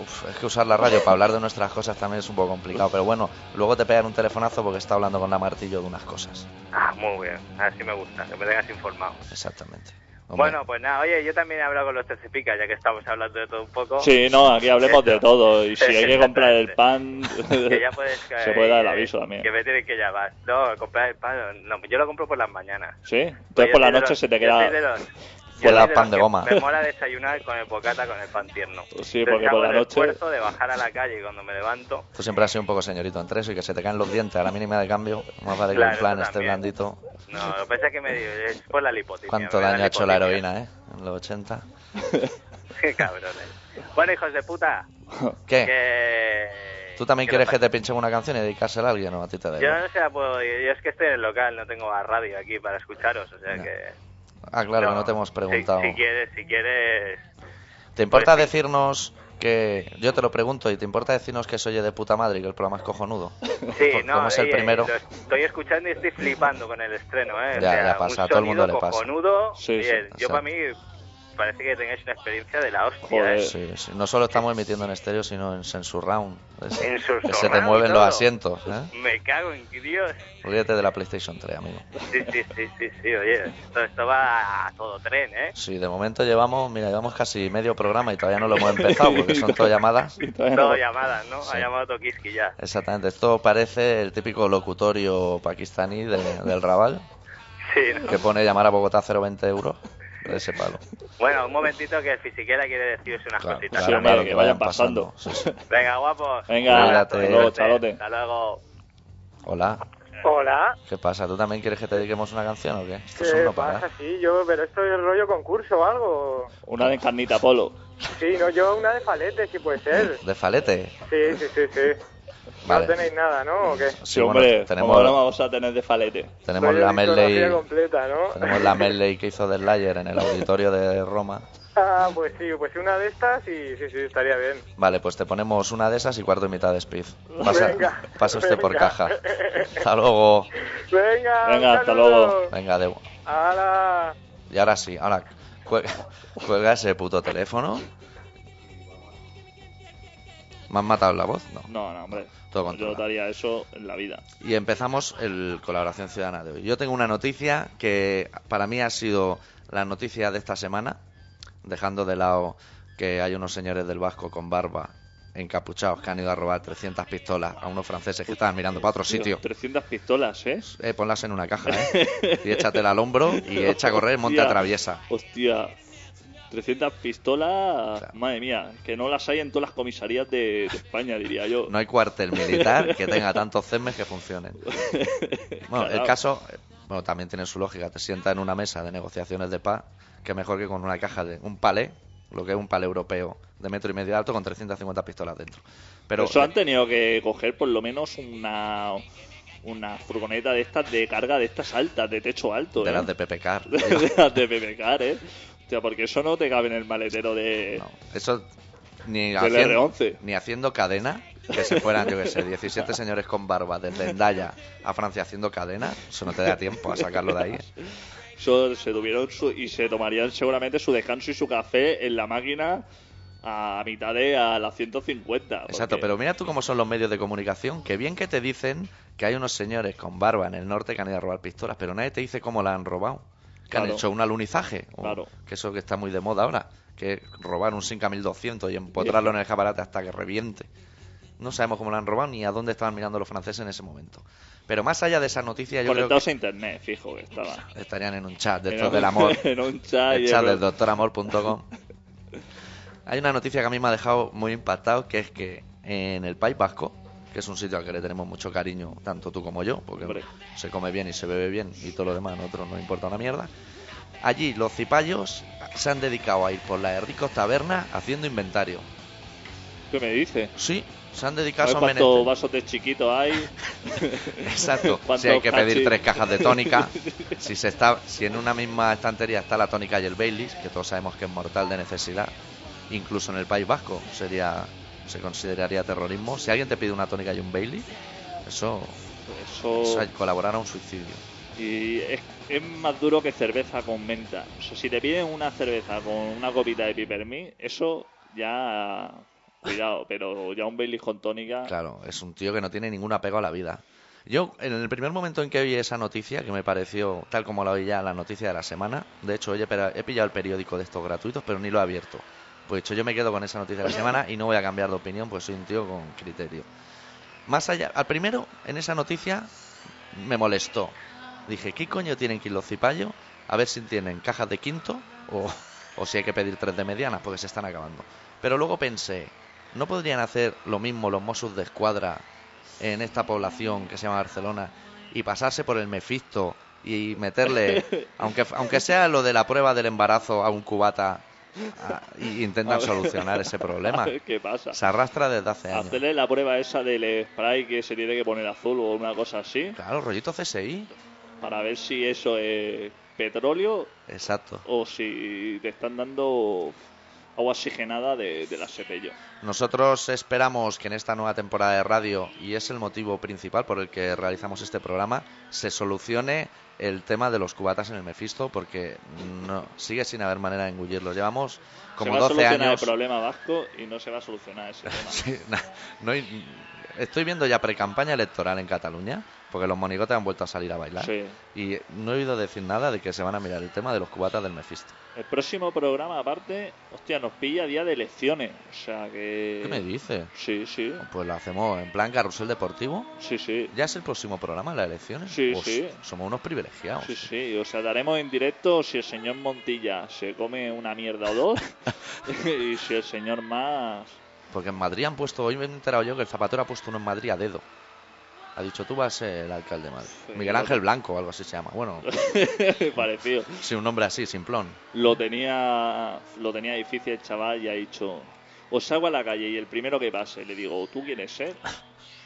[SPEAKER 2] uf, es que usar la radio para hablar de nuestras cosas también es un poco complicado, pero bueno, luego te pegan un telefonazo porque está hablando con la martillo de unas cosas.
[SPEAKER 5] Ah, muy bien, así me gusta, que me tengas informado.
[SPEAKER 2] Exactamente. Hombre,
[SPEAKER 5] Bueno, pues nada, oye, yo también he hablado con los Trece Picas, ya que estamos hablando de todo un poco.
[SPEAKER 3] Sí, no, aquí hablemos de todo. Y si hay que comprar el pan,
[SPEAKER 5] Que ya puedes
[SPEAKER 3] se puede dar el aviso también.
[SPEAKER 5] Que me tienen que llamar. No, comprar el pan, no, yo lo compro por las mañanas. Pues
[SPEAKER 3] ¿Sí? Entonces por la noche se te
[SPEAKER 5] Yo soy de
[SPEAKER 3] queda...
[SPEAKER 5] los-
[SPEAKER 2] Por
[SPEAKER 5] yo
[SPEAKER 2] la
[SPEAKER 5] soy de
[SPEAKER 2] pan
[SPEAKER 5] los
[SPEAKER 2] de
[SPEAKER 5] que
[SPEAKER 2] goma.
[SPEAKER 5] Me mola desayunar con el bocata, con el pan tierno.
[SPEAKER 3] Sí,
[SPEAKER 5] Entonces
[SPEAKER 3] porque por
[SPEAKER 5] hago
[SPEAKER 3] la
[SPEAKER 5] el
[SPEAKER 3] noche-
[SPEAKER 5] esfuerzo de bajar a la calle cuando me levanto.
[SPEAKER 2] tú siempre has sido un poco señorito entre eso y que se te caen los dientes a la mínima de cambio, más vale que
[SPEAKER 5] Claro,
[SPEAKER 2] el plan
[SPEAKER 5] eso
[SPEAKER 2] esté
[SPEAKER 5] también.
[SPEAKER 2] blandito.
[SPEAKER 5] No, lo que pasa es que me digo, es por la lipotimia.
[SPEAKER 2] ¿Cuánto
[SPEAKER 5] me da
[SPEAKER 2] daño ha hecho la
[SPEAKER 5] lipotimia.
[SPEAKER 2] heroína, eh? En los 80.
[SPEAKER 5] Qué cabrones. Bueno, hijos de puta,
[SPEAKER 2] ¿Qué?
[SPEAKER 5] que...
[SPEAKER 2] ¿Tú también quieres
[SPEAKER 5] lo
[SPEAKER 2] que te pinchen una canción y dedicársela a alguien o a ti te da
[SPEAKER 5] Yo
[SPEAKER 2] igual?
[SPEAKER 5] no se la puedo. Yo es que estoy en el local, no tengo la radio aquí para escucharos, o sea
[SPEAKER 2] Ya.
[SPEAKER 5] que.
[SPEAKER 2] Ah, claro, que no te hemos
[SPEAKER 5] si-
[SPEAKER 2] preguntado.
[SPEAKER 5] Si, quieres, si quieres.
[SPEAKER 2] ¿Te importa
[SPEAKER 5] Pues
[SPEAKER 2] decirnos que... Yo te lo pregunto, ¿y te importa decirnos que soy de puta madre y que el programa es cojonudo?
[SPEAKER 5] Sí,
[SPEAKER 2] Co-
[SPEAKER 5] no.
[SPEAKER 2] Como es Pues el
[SPEAKER 5] oye,
[SPEAKER 2] primero...
[SPEAKER 5] lo estoy escuchando y estoy flipando con el estreno, ¿eh?
[SPEAKER 2] Ya,
[SPEAKER 5] o sea,
[SPEAKER 2] ya pasa,
[SPEAKER 5] un
[SPEAKER 2] a todo el mundo
[SPEAKER 5] sonido
[SPEAKER 2] le pasa.
[SPEAKER 5] cojonudo,
[SPEAKER 3] Sí, sí,
[SPEAKER 5] bien. yo
[SPEAKER 2] exacto.
[SPEAKER 5] para mí parece que tengáis una experiencia de la hostia,
[SPEAKER 3] Joder.
[SPEAKER 5] ¿eh?
[SPEAKER 2] Sí, sí, No solo estamos emitiendo en estéreo, sino en Sensor Round. Es-
[SPEAKER 5] En sus
[SPEAKER 2] que se te
[SPEAKER 5] surround y
[SPEAKER 2] mueven los
[SPEAKER 5] todo.
[SPEAKER 2] asientos, ¿eh?
[SPEAKER 5] Me cago en Dios.
[SPEAKER 2] Ríete de la PlayStation 3, amigo.
[SPEAKER 5] Sí, sí, sí, sí, sí, oye. Esto, esto va a todo tren, ¿eh?
[SPEAKER 2] Sí, de momento llevamos... Mira, llevamos casi medio programa y todavía no lo hemos empezado porque son todas llamadas.
[SPEAKER 3] Y todavía no-
[SPEAKER 5] Todo llamadas, ¿no?
[SPEAKER 2] Sí.
[SPEAKER 5] Ha llamado Tokiski ya.
[SPEAKER 2] Exactamente, esto parece el típico locutorio pakistaní de- del Raval,
[SPEAKER 5] Sí, ¿no?
[SPEAKER 2] que pone llamar a Bogotá 020 euros de ese palo.
[SPEAKER 5] Bueno, un momentito que el fisiquera quiere deciros unas cositas.
[SPEAKER 3] claro,
[SPEAKER 5] también.
[SPEAKER 3] que vayan pasando.
[SPEAKER 2] Sí, sí.
[SPEAKER 5] Venga, guapos.
[SPEAKER 3] Venga,
[SPEAKER 5] Un abrazo,
[SPEAKER 2] hasta luego,
[SPEAKER 3] chalote.
[SPEAKER 5] Hasta luego.
[SPEAKER 2] Hola,
[SPEAKER 6] Hola.
[SPEAKER 2] ¿qué pasa? ¿Tú también quieres que te dediquemos una canción o qué? Esto es un
[SPEAKER 6] ¿Qué
[SPEAKER 2] no
[SPEAKER 6] pasa?
[SPEAKER 2] parar.
[SPEAKER 6] Ah, Sí, yo, pero esto es el rollo concurso o algo.
[SPEAKER 3] Una de carnita polo.
[SPEAKER 6] Sí, no, yo una de falete, si puede ser.
[SPEAKER 2] ¿De falete?
[SPEAKER 6] Sí, sí, sí, sí.
[SPEAKER 2] Vale.
[SPEAKER 6] No tenéis nada, ¿no? ¿O qué?
[SPEAKER 3] Sí,
[SPEAKER 2] bueno,
[SPEAKER 3] hombre,
[SPEAKER 2] tenemos,
[SPEAKER 3] ¿cómo no vamos a tener de falete?
[SPEAKER 2] tenemos
[SPEAKER 6] Rollo
[SPEAKER 2] la
[SPEAKER 6] discografía
[SPEAKER 2] medley,
[SPEAKER 6] completa, ¿no?
[SPEAKER 2] tenemos la medley que hizo The Slayer en el auditorio de Roma.
[SPEAKER 6] Ah, pues sí, pues una de estas y sí, sí, estaría bien.
[SPEAKER 2] Vale, pues te ponemos una de esas y cuarto y mitad de speed. Pasa,
[SPEAKER 6] Venga,
[SPEAKER 2] pasa usted por
[SPEAKER 6] venga.
[SPEAKER 2] caja. Hasta luego.
[SPEAKER 6] Venga,
[SPEAKER 3] Venga,
[SPEAKER 6] un
[SPEAKER 3] hasta
[SPEAKER 6] saludo.
[SPEAKER 3] luego.
[SPEAKER 2] Venga, de...
[SPEAKER 6] Hala.
[SPEAKER 2] Y ahora sí, ahora cuelga, cuelga ese puto teléfono. ¿Me han matado la voz? No.
[SPEAKER 3] No, no, hombre.
[SPEAKER 2] Todo
[SPEAKER 3] Yo
[SPEAKER 2] controlado.
[SPEAKER 3] notaría eso en la vida.
[SPEAKER 2] Y empezamos el Colaboración Ciudadana de hoy. Yo tengo una noticia que para mí ha sido la noticia de esta semana, dejando de lado que hay unos señores del Vasco con barba encapuchados que han ido a robar 300 pistolas a unos franceses que estaban mirando para otro sitio.
[SPEAKER 3] 300 pistolas, ¿eh?
[SPEAKER 2] Eh, ponlas en una caja, ¿eh? Y échatela al hombro y echa a correr, monte
[SPEAKER 3] Hostia,
[SPEAKER 2] a traviesa.
[SPEAKER 3] Hostia. 300 pistolas,
[SPEAKER 2] Claro.
[SPEAKER 3] madre mía, que no las hay en todas las comisarías de, de España, diría yo.
[SPEAKER 2] No hay cuartel militar que tenga tantos CEMES que funcionen. Bueno, el
[SPEAKER 3] Cagao.
[SPEAKER 2] caso eh, bueno, también tiene su lógica. Te sientas en una mesa de negociaciones de paz, que mejor que con una caja de un palé lo que es un pal europeo de metro y medio de alto con 350 pistolas dentro. Pero eh.
[SPEAKER 3] Eso han tenido que coger por lo menos una, una furgoneta de estas de carga, de estas altas, de techo alto.
[SPEAKER 2] de
[SPEAKER 3] ¿eh?
[SPEAKER 2] las de PPK.
[SPEAKER 3] de las de PPK, ¿eh? Hostia, porque eso no te cabe en el maletero de...
[SPEAKER 2] No, eso ni,
[SPEAKER 3] Del
[SPEAKER 2] hacien-
[SPEAKER 3] R11.
[SPEAKER 2] ni haciendo cadena, que se fueran, yo que sé, 17 señores con barba desde Endaya a Francia haciendo cadena, eso no te da tiempo a sacarlo de ahí. ¿eh?
[SPEAKER 3] Eso se tuvieron su- y se tomarían seguramente su descanso y su café en la máquina a mitad de a las 150. porque-
[SPEAKER 2] Exacto, pero mira tú cómo son los medios de comunicación, que bien que te dicen que hay unos señores con barba en el norte que han ido a robar pistolas, pero nadie te dice cómo la han robado. Que han
[SPEAKER 3] Claro.
[SPEAKER 2] hecho un alunizaje, o-
[SPEAKER 3] Claro.
[SPEAKER 2] que eso que está muy de moda ahora, que es robar un Sinca 1200 y empotrarlo en el escaparate hasta que reviente. No sabemos cómo la han robado ni a dónde estaban mirando los franceses en ese momento. Pero más allá de esa noticia, yo creo
[SPEAKER 3] Conectados a internet, fijo que estaba.
[SPEAKER 2] que estarían en un chat de
[SPEAKER 3] Era
[SPEAKER 2] estos
[SPEAKER 3] un-
[SPEAKER 2] del amor.
[SPEAKER 3] era un chat
[SPEAKER 2] El
[SPEAKER 3] y
[SPEAKER 2] chat
[SPEAKER 3] era-
[SPEAKER 2] del doctoramor.com. Hay una noticia que a mí me ha dejado muy impactado, que es que en el País Vasco, que es un sitio al que le tenemos mucho cariño, tanto tú como yo, porque
[SPEAKER 3] Hombre.
[SPEAKER 2] se come bien y se bebe bien y todo lo demás, a nosotros no importa una mierda. Allí los cipayos se han dedicado a ir por las ricos tabernas haciendo inventario.
[SPEAKER 3] ¿Qué me dices?
[SPEAKER 2] Sí, se han dedicado a
[SPEAKER 3] ¿Sabes
[SPEAKER 2] esos
[SPEAKER 3] cuántos
[SPEAKER 2] menesteres.
[SPEAKER 3] vasos de chiquito hay?
[SPEAKER 2] Exacto.
[SPEAKER 3] ¿Cuántos
[SPEAKER 2] Si hay que pedir
[SPEAKER 3] hachís?
[SPEAKER 2] tres cajas de tónica, si se está, si en una misma estantería está la tónica y el Baileys, que todos sabemos que es mortal de necesidad, incluso en el País Vasco sería, se consideraría terrorismo. Si alguien te pide una tónica y un Baileys, eso, eso
[SPEAKER 3] Pues Eso...
[SPEAKER 2] es colaborar a un suicidio.
[SPEAKER 3] Y es, es más duro que cerveza con menta. O sea, si te piden una cerveza con una copita de pipermí, eso ya... Cuidado, pero ya un Baileys con tónica...
[SPEAKER 2] Claro, es un tío que no tiene ningún apego a la vida. Yo, en el primer momento en que oí esa noticia, que me pareció, tal como la oí ya, la noticia de la semana, de hecho, oye, pero he pillado el periódico de estos gratuitos, pero ni lo he abierto. Pues de hecho, yo me quedo con esa noticia de la semana y no voy a cambiar de opinión, pues soy un tío con criterio. Más allá, al primero, en esa noticia, me molestó. Dije, ¿qué coño tienen que ir los cipayos? A ver si tienen cajas de quinto o, o si hay que pedir tres de medianas, porque se están acabando. Pero luego pensé, ¿no podrían hacer lo mismo los Mossos de Escuadra en esta población que se llama Barcelona y pasarse por el Mefisto y meterle, aunque, aunque sea lo de la prueba del embarazo a un cubata, a- y intentan solucionar ese problema?
[SPEAKER 3] A ver ¿Qué pasa?
[SPEAKER 2] Se arrastra desde hace años.
[SPEAKER 3] Hacerle la prueba esa del spray que se tiene que poner azul o una cosa así,
[SPEAKER 2] Claro, rollito CSI.
[SPEAKER 3] para ver si eso es petróleo
[SPEAKER 2] Exacto.
[SPEAKER 3] o si te están dando agua oxigenada de, de la cepillo.
[SPEAKER 2] Nosotros esperamos que en esta nueva temporada de radio, y es el motivo principal por el que realizamos este programa, se solucione el tema de los cubatas en el Mefisto, porque no, sigue sin haber manera de engullirlos. Llevamos como
[SPEAKER 3] se va a
[SPEAKER 2] 12
[SPEAKER 3] solucionar
[SPEAKER 2] años.
[SPEAKER 3] el problema vasco y no se va a solucionar ese tema.
[SPEAKER 2] Sí, na- no hay- estoy viendo ya precampaña electoral en Cataluña, porque los monigotes han vuelto a salir a bailar.
[SPEAKER 3] Sí.
[SPEAKER 2] Y no he oído decir nada de que se van a mirar el tema de los cubatas del Mefisto.
[SPEAKER 3] El próximo programa, aparte, hostia, nos pilla día de elecciones. O sea que.
[SPEAKER 2] ¿Qué me dices?
[SPEAKER 3] Sí, sí,
[SPEAKER 2] Pues lo hacemos en plan carrusel deportivo.
[SPEAKER 3] sí, sí.
[SPEAKER 2] ¿Ya es el próximo programa, las elecciones?
[SPEAKER 3] Sí,
[SPEAKER 2] Pues,
[SPEAKER 3] sí.
[SPEAKER 2] Somos unos privilegiados.
[SPEAKER 3] Sí, sí, o sea, daremos en directo si el señor Montilla se come una mierda o dos y si el señor más...
[SPEAKER 2] Porque en Madrid han puesto, hoy me he enterado yo que el Zapatero ha puesto uno en Madrid a dedo. Ha dicho, tú vas a ser el alcalde de Madrid.
[SPEAKER 3] Sí,
[SPEAKER 2] Miguel
[SPEAKER 3] lo-
[SPEAKER 2] Ángel Blanco o algo así se llama. Bueno,
[SPEAKER 3] parecido.
[SPEAKER 2] sí, un nombre así, simplón.
[SPEAKER 3] Lo tenía, lo tenía difícil el chaval y ha dicho, os hago a la calle y el primero que pase le digo, ¿tú quién es eh? ser?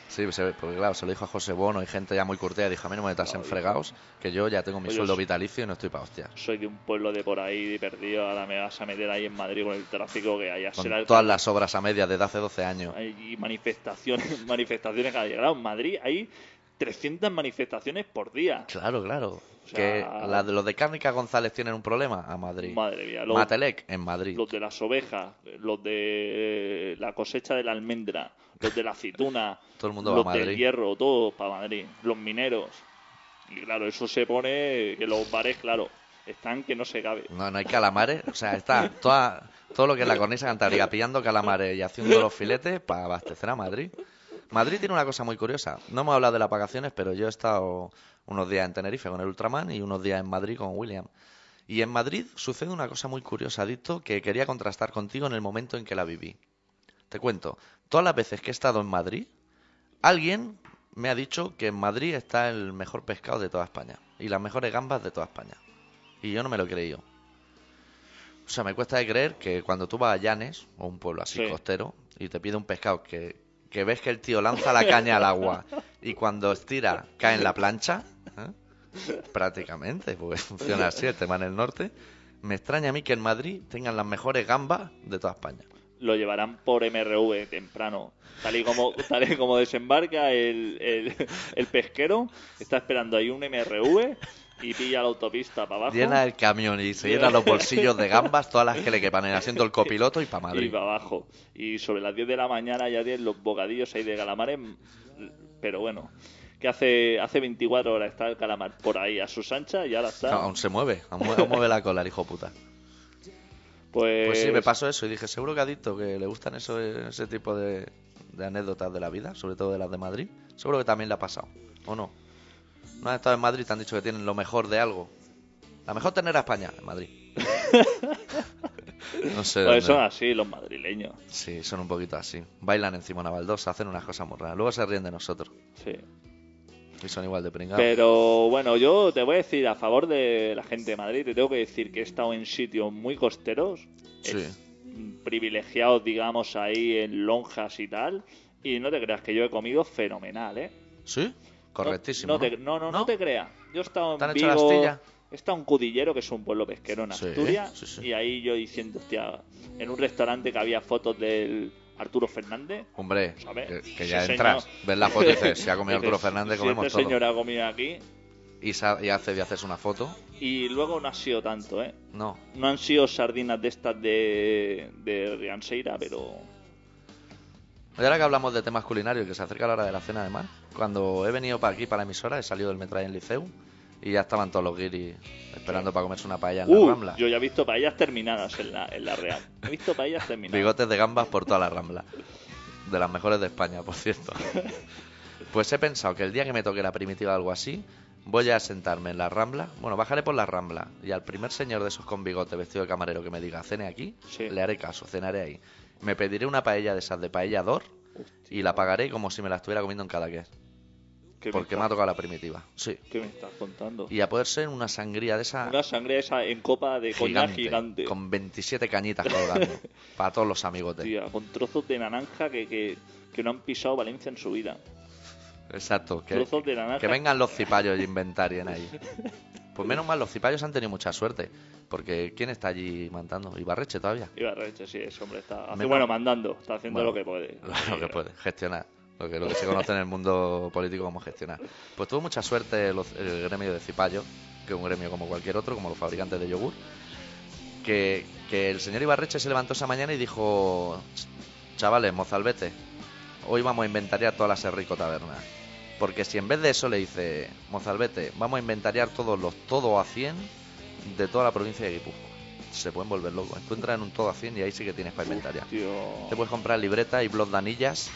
[SPEAKER 2] Sí, se ve- porque claro, se lo dijo a José Bono y gente ya muy curtida. y Dijo, a mí no me metas en fregados, que yo ya tengo mi
[SPEAKER 3] Oye,
[SPEAKER 2] sueldo
[SPEAKER 3] sí.
[SPEAKER 2] vitalicio y no estoy para hostia.
[SPEAKER 3] Soy de un pueblo de por ahí, de perdido, ahora me vas a meter ahí en Madrid con el tráfico que hay, a
[SPEAKER 2] Con
[SPEAKER 3] ser alcalde".
[SPEAKER 2] todas las obras a medias desde hace 12 años.
[SPEAKER 3] Hay manifestaciones, manifestaciones que ha llegado. En Madrid hay 300 manifestaciones por día.
[SPEAKER 2] Claro, claro.
[SPEAKER 3] sea-
[SPEAKER 2] Que la de los de Cárnica González tienen un problema a Madrid.
[SPEAKER 3] Madre mía, lo-
[SPEAKER 2] Matelec en Madrid.
[SPEAKER 3] los de las ovejas, los de eh, la cosecha de la almendra, los de la aceituna,
[SPEAKER 2] Todo el mundo va
[SPEAKER 3] los
[SPEAKER 2] a
[SPEAKER 3] del
[SPEAKER 2] Madrid.
[SPEAKER 3] hierro, todos para Madrid, los mineros. Y claro, eso se pone que los bares, claro, están que no se cabe.
[SPEAKER 2] No, no hay calamares. O sea, está toda, todo lo que es la cornisa cantábrica pillando calamares y haciendo los filetes para abastecer a Madrid. Madrid tiene una cosa muy curiosa. No hemos hablado de las vacaciones, pero yo he estado unos días en Tenerife con el Ultraman y unos días en Madrid con William. Y en Madrid sucede una cosa muy curiosa, Dicto, que quería contrastar contigo en el momento en que la viví. Te cuento, todas las veces que he estado en Madrid, alguien me ha dicho que en Madrid está el mejor pescado de toda España y las mejores gambas de toda España. Y yo no me lo he creído. O sea, me cuesta de creer que cuando tú vas a Llanes, o un pueblo así
[SPEAKER 3] Sí.
[SPEAKER 2] costero, y te pide un pescado que, que ves que el tío lanza la caña al agua y cuando estira cae en la plancha, ¿eh? prácticamente, porque funciona así el tema en el norte, me extraña a mí que en Madrid tengan las mejores gambas de toda España.
[SPEAKER 3] lo llevarán por MRV temprano. Tal y como, tal y como desembarca el, el- el pesquero, está esperando ahí un MRV y pilla la autopista para abajo.
[SPEAKER 2] Llena el camión y se llena los bolsillos de gambas, todas las que le quepan en el asiento del copiloto y para
[SPEAKER 3] Y
[SPEAKER 2] Madrid.
[SPEAKER 3] para abajo. Y sobre las 10 de la mañana ya tienen los bocadillos ahí de calamares. Pero bueno, que hace, hace 24 horas está el calamar por ahí a sus anchas y ahora está.
[SPEAKER 2] No, aún se mueve, aún mueve, aún mueve la cola el hijo puta.
[SPEAKER 3] pues,
[SPEAKER 2] Pues sí, me pasó eso y dije, seguro que adicto, que le gustan eso, ese tipo de, de anécdotas de la vida, sobre todo de las de Madrid. Seguro que también le ha pasado, ¿o no? No has estado en Madrid, te han dicho que tienen lo mejor de algo. La mejor tener a España, en Madrid. no sé. dónde.
[SPEAKER 3] pues son así los madrileños.
[SPEAKER 2] Sí, son un poquito así. Bailan encima una baldosa, hacen unas cosas muy raras. Luego se ríen de nosotros
[SPEAKER 3] Sí.
[SPEAKER 2] y son igual de pringados.
[SPEAKER 3] Pero bueno, yo te voy a decir a favor de la gente de Madrid, te tengo que decir que he estado en sitios muy costeros,
[SPEAKER 2] Sí.
[SPEAKER 3] es- privilegiados, digamos, ahí en lonjas y tal, y no te creas que yo he comido fenomenal, ¿eh?
[SPEAKER 2] ¿Sí? Correctísimo.
[SPEAKER 3] No, no, te- no, no, no te creas. Yo he estado
[SPEAKER 2] ¿Te han
[SPEAKER 3] en
[SPEAKER 2] hecho la
[SPEAKER 3] Vigo,
[SPEAKER 2] astilla?
[SPEAKER 3] he estado en Cudillero, que es un pueblo pesquero en
[SPEAKER 2] Sí,
[SPEAKER 3] Asturias,
[SPEAKER 2] sí, sí.
[SPEAKER 3] y ahí yo diciendo, hostia, en un restaurante que había fotos del Arturo Fernández,
[SPEAKER 2] Hombre,
[SPEAKER 3] ¿sabes?
[SPEAKER 2] que, que ya
[SPEAKER 3] Sí,
[SPEAKER 2] entras,
[SPEAKER 3] señor.
[SPEAKER 2] ves la foto y dices, si ha comido
[SPEAKER 3] Dices,
[SPEAKER 2] Arturo Fernández,
[SPEAKER 3] "Si
[SPEAKER 2] comemos
[SPEAKER 3] este
[SPEAKER 2] todo.
[SPEAKER 3] señor ha comido aquí,
[SPEAKER 2] y, sa- y hace y haces una foto.
[SPEAKER 3] y luego no ha sido tanto, ¿eh?
[SPEAKER 2] No,
[SPEAKER 3] No han sido sardinas de estas de, de Rianseira, pero...
[SPEAKER 2] Y ahora que hablamos de temas culinarios, que se acerca la hora de la cena además, cuando he venido para aquí, para la emisora, he salido del metro en Liceu y ya estaban todos los guiris esperando para comerse una paella en
[SPEAKER 3] Uh,
[SPEAKER 2] la Rambla.
[SPEAKER 3] yo ya he visto paellas terminadas en la, en la Real. He visto paellas terminadas.
[SPEAKER 2] Bigotes de gambas por toda la Rambla. De las mejores de España, por cierto. Pues he pensado que el día que me toque la primitiva o algo así, voy a sentarme en la Rambla. Bueno, bajaré por la Rambla y al primer señor de esos con bigote vestido de camarero que me diga cene aquí,
[SPEAKER 3] Sí.
[SPEAKER 2] le haré caso, cenaré ahí. Me pediré una paella de esas de paella d'or y la pagaré como si me la estuviera comiendo en Cadaqués.
[SPEAKER 3] ¿Qué me
[SPEAKER 2] Porque me ha
[SPEAKER 3] estás-
[SPEAKER 2] tocado la primitiva. Sí.
[SPEAKER 3] ¿Qué me estás contando?
[SPEAKER 2] Y a poder ser una sangría de esa
[SPEAKER 3] Una sangre esa en copa de coñac gigante. Con...
[SPEAKER 2] con 27 cañitas colgando para todos los amigotes.
[SPEAKER 3] con trozos de naranja que, que, que no han pisado Valencia en su vida.
[SPEAKER 2] Exacto. Que,
[SPEAKER 3] trozos de naranja.
[SPEAKER 2] que vengan los cipayos y inventarien ahí. Pues menos mal, los cipayos han tenido mucha suerte. Porque ¿quién está allí mandando? Ibarreche todavía.
[SPEAKER 3] Ibarreche, sí, ese hombre está. hace-
[SPEAKER 2] Menos-
[SPEAKER 3] bueno, mandando, está haciendo
[SPEAKER 2] Bueno,
[SPEAKER 3] lo que puede.
[SPEAKER 2] Lo que puede, gestionar. Lo que, lo que se conoce en el mundo político como gestionar. Pues tuvo mucha suerte los- el gremio de Cipayo, que es un gremio como cualquier otro, como los fabricantes de yogur, que, que el señor Ibarreche se levantó esa mañana y dijo, chavales, mozalbete, hoy vamos a inventariar todas las Enrico Tabernas. Porque si en vez de eso le dice, mozalbete, vamos a inventariar todos los todo a 100 de toda la provincia de Guipúzcoa. Se pueden volver locos. Tú entras en un todo a 100 y ahí sí que tienes para inventariar.
[SPEAKER 3] Tío.
[SPEAKER 2] Te puedes comprar libreta y blog de anillas.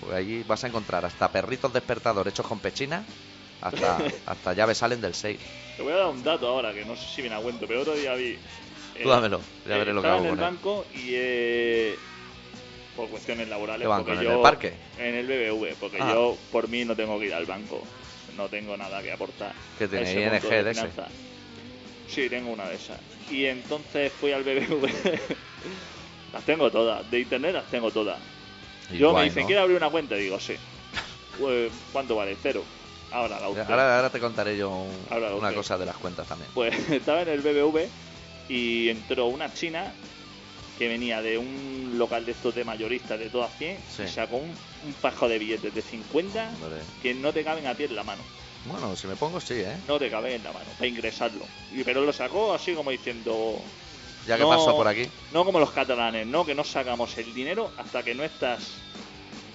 [SPEAKER 2] Pues allí vas a encontrar hasta perritos despertador hechos con pechina, hasta, hasta llaves salen del 6.
[SPEAKER 3] Te voy a dar un dato ahora que no sé si viene a cuento, pero otro día vi. eh,
[SPEAKER 2] Tú dámelo, ya
[SPEAKER 3] eh,
[SPEAKER 2] veré lo que
[SPEAKER 3] estaba
[SPEAKER 2] hago
[SPEAKER 3] en el
[SPEAKER 2] con él.
[SPEAKER 3] banco y. eh, por cuestiones laborales.
[SPEAKER 2] ¿Qué banco?
[SPEAKER 3] porque
[SPEAKER 2] ¿En el
[SPEAKER 3] yo,
[SPEAKER 2] del parque?
[SPEAKER 3] En el BBV, porque
[SPEAKER 2] Ah.
[SPEAKER 3] yo por mí no tengo que ir al banco. No tengo nada que aportar.
[SPEAKER 2] ¿Qué
[SPEAKER 3] a
[SPEAKER 2] tiene,
[SPEAKER 3] ese
[SPEAKER 2] ING
[SPEAKER 3] mundo
[SPEAKER 2] de ese?
[SPEAKER 3] finanzas. Sí, tengo una de esas. Y entonces fui al BBV. las tengo todas. De internet las tengo todas.
[SPEAKER 2] Y
[SPEAKER 3] yo me
[SPEAKER 2] guay,
[SPEAKER 3] dicen,
[SPEAKER 2] ¿no?
[SPEAKER 3] ¿quiere abrir una cuenta? Y digo, sí. Pues, ¿Cuánto vale? Cero. Ahora la usted.
[SPEAKER 2] Ahora, ahora te contaré yo un-
[SPEAKER 3] Ahora lo
[SPEAKER 2] una
[SPEAKER 3] sé.
[SPEAKER 2] cosa de las cuentas también.
[SPEAKER 3] Pues estaba en el BBV y entró una china que venía de un local de estos de mayoristas de todas 100
[SPEAKER 2] Sí.
[SPEAKER 3] y sacó un, un fajo de billetes de 50
[SPEAKER 2] Hombre.
[SPEAKER 3] que no te caben a ti en la mano.
[SPEAKER 2] Bueno, si me pongo, sí, ¿eh?
[SPEAKER 3] No te caben en la mano para ingresarlo. Y, pero lo sacó así como diciendo...
[SPEAKER 2] Ya que
[SPEAKER 3] "No,
[SPEAKER 2] pasó por aquí,
[SPEAKER 3] No como los catalanes, no, que no sacamos el dinero hasta que no estás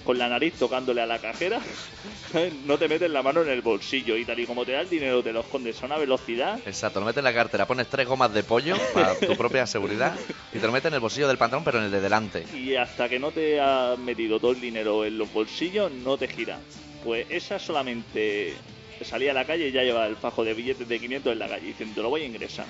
[SPEAKER 3] con la nariz tocándole a la cajera, no te metes la mano en el bolsillo y tal y como te da el dinero te lo escondes a una velocidad
[SPEAKER 2] exacto, lo metes en la cartera, pones tres gomas de pollo para tu propia seguridad y te lo metes en el bolsillo del pantalón, pero en el de delante.
[SPEAKER 3] y hasta que no te has metido todo el dinero en los bolsillos no te gira. Pues esa solamente salía a la calle y ya llevaba el fajo de billetes de 500 en la calle diciendo lo voy a ingresar.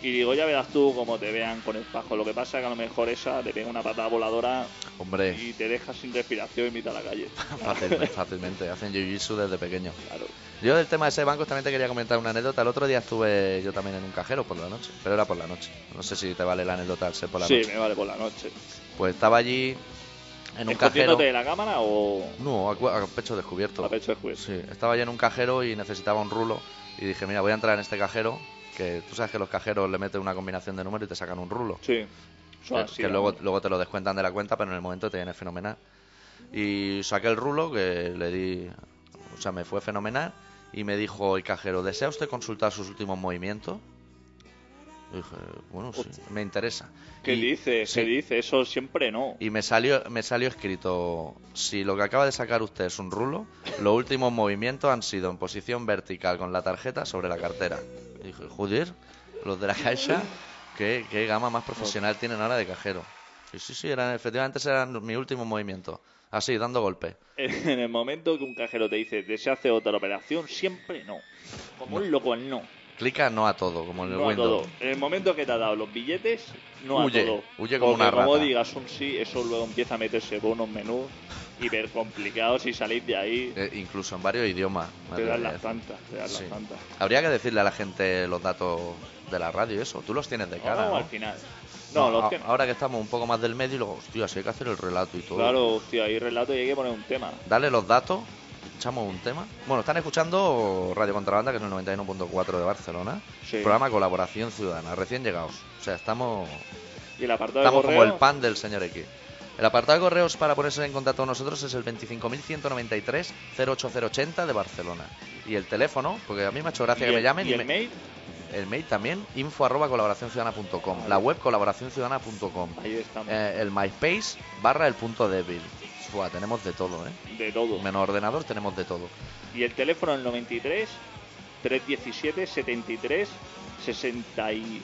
[SPEAKER 3] Y digo, ya verás tú cómo te vean con el pajo. Lo que pasa es que a lo mejor esa te pega una patada voladora
[SPEAKER 2] Hombre,
[SPEAKER 3] y te deja sin respiración y mitad de la calle.
[SPEAKER 2] fácilmente, fácilmente. Hacen jiu-jitsu desde pequeño.
[SPEAKER 3] Claro.
[SPEAKER 2] Yo del tema de ese banco también te quería comentar una anécdota. El otro día estuve yo también en un cajero por la noche, pero era por la noche. No sé si te vale la anécdota al ser por la
[SPEAKER 3] sí,
[SPEAKER 2] noche.
[SPEAKER 3] me vale por la noche.
[SPEAKER 2] Pues estaba allí en un
[SPEAKER 3] ¿Escondiéndote
[SPEAKER 2] cajero.
[SPEAKER 3] de la cámara o
[SPEAKER 2] No, a, cu- a pecho descubierto.
[SPEAKER 3] a pecho descubierto?
[SPEAKER 2] Sí, estaba yo en un cajero y necesitaba un rulo. Y dije, mira, voy a entrar en este cajero. Que tú sabes que los cajeros le meten una combinación de números y te sacan un rulo.
[SPEAKER 3] Sí. Son
[SPEAKER 2] que
[SPEAKER 3] así,
[SPEAKER 2] que luego,
[SPEAKER 3] vamos.
[SPEAKER 2] luego te lo descuentan de la cuenta, pero en el momento te viene fenomenal. Y saqué el rulo que le di, o sea, me fue fenomenal. Y me dijo el cajero, ¿desea usted consultar sus últimos movimientos? Y dije, bueno, sí, me interesa.
[SPEAKER 3] ¿Qué
[SPEAKER 2] Y-
[SPEAKER 3] dice?
[SPEAKER 2] sí.
[SPEAKER 3] ¿Qué dice? Eso siempre no.
[SPEAKER 2] Y me salió, me salió escrito, si lo que acaba de sacar usted es un rulo, los últimos movimientos han sido en posición vertical con la tarjeta sobre la cartera. Y dije, joder, los de la caixa, qué, qué gama más profesional tienen ahora de cajero. Y sí, sí, eran, efectivamente ese era mi último movimiento. Así, dando golpe.
[SPEAKER 3] En el momento que un cajero te dice, ¿desea hacer otra operación? Siempre no. Como un loco, no.
[SPEAKER 2] Clica no a todo, como en el
[SPEAKER 3] No a
[SPEAKER 2] Windows.
[SPEAKER 3] todo. En el momento que te ha dado los billetes, no
[SPEAKER 2] Huye,
[SPEAKER 3] a todo.
[SPEAKER 2] huye como
[SPEAKER 3] Porque
[SPEAKER 2] una
[SPEAKER 3] como
[SPEAKER 2] rata.
[SPEAKER 3] digas un sí, eso luego empieza a meterse por unos menús hiper complicados y salir de ahí.
[SPEAKER 2] Eh, incluso en varios idiomas. me
[SPEAKER 3] te
[SPEAKER 2] atrevería
[SPEAKER 3] dan
[SPEAKER 2] a
[SPEAKER 3] las
[SPEAKER 2] decir.
[SPEAKER 3] tantas, te dan
[SPEAKER 2] Sí.
[SPEAKER 3] las tantas.
[SPEAKER 2] Habría que decirle a la gente los datos de la radio y eso. Tú los tienes de cara.
[SPEAKER 3] No,
[SPEAKER 2] ¿no?
[SPEAKER 3] al final. No,
[SPEAKER 2] a-
[SPEAKER 3] los que no.
[SPEAKER 2] Ahora que estamos un poco más del medio y luego, hostia, si hay que hacer el relato y todo.
[SPEAKER 3] Claro, hostia, hay relato y hay que poner un tema.
[SPEAKER 2] Dale los datos, echamos un tema. Bueno, están escuchando Radio Contrabanda, que es el 91.4 de Barcelona.
[SPEAKER 3] Sí.
[SPEAKER 2] Programa Colaboración Ciudadana, recién llegados. O sea, estamos,
[SPEAKER 3] Y el apartado
[SPEAKER 2] estamos
[SPEAKER 3] de
[SPEAKER 2] como
[SPEAKER 3] correo.
[SPEAKER 2] el pan del señor X. El apartado de correos para ponerse en contacto con nosotros es el 25.193-08080 de Barcelona. Y el teléfono, porque a mí me ha hecho
[SPEAKER 3] y
[SPEAKER 2] gracia que
[SPEAKER 3] el-
[SPEAKER 2] me llamen.
[SPEAKER 3] y el
[SPEAKER 2] me-
[SPEAKER 3] mail,
[SPEAKER 2] el mail también, info arroba colaboracionciudadana.com. La web colaboracionciudadana.com.
[SPEAKER 3] ahí estamos.
[SPEAKER 2] Eh, el MySpace barra el punto débil. Fua, tenemos de todo, ¿eh?
[SPEAKER 3] de todo.
[SPEAKER 2] Menos ordenador tenemos de todo.
[SPEAKER 3] Y el teléfono el 93 317 73 60 y...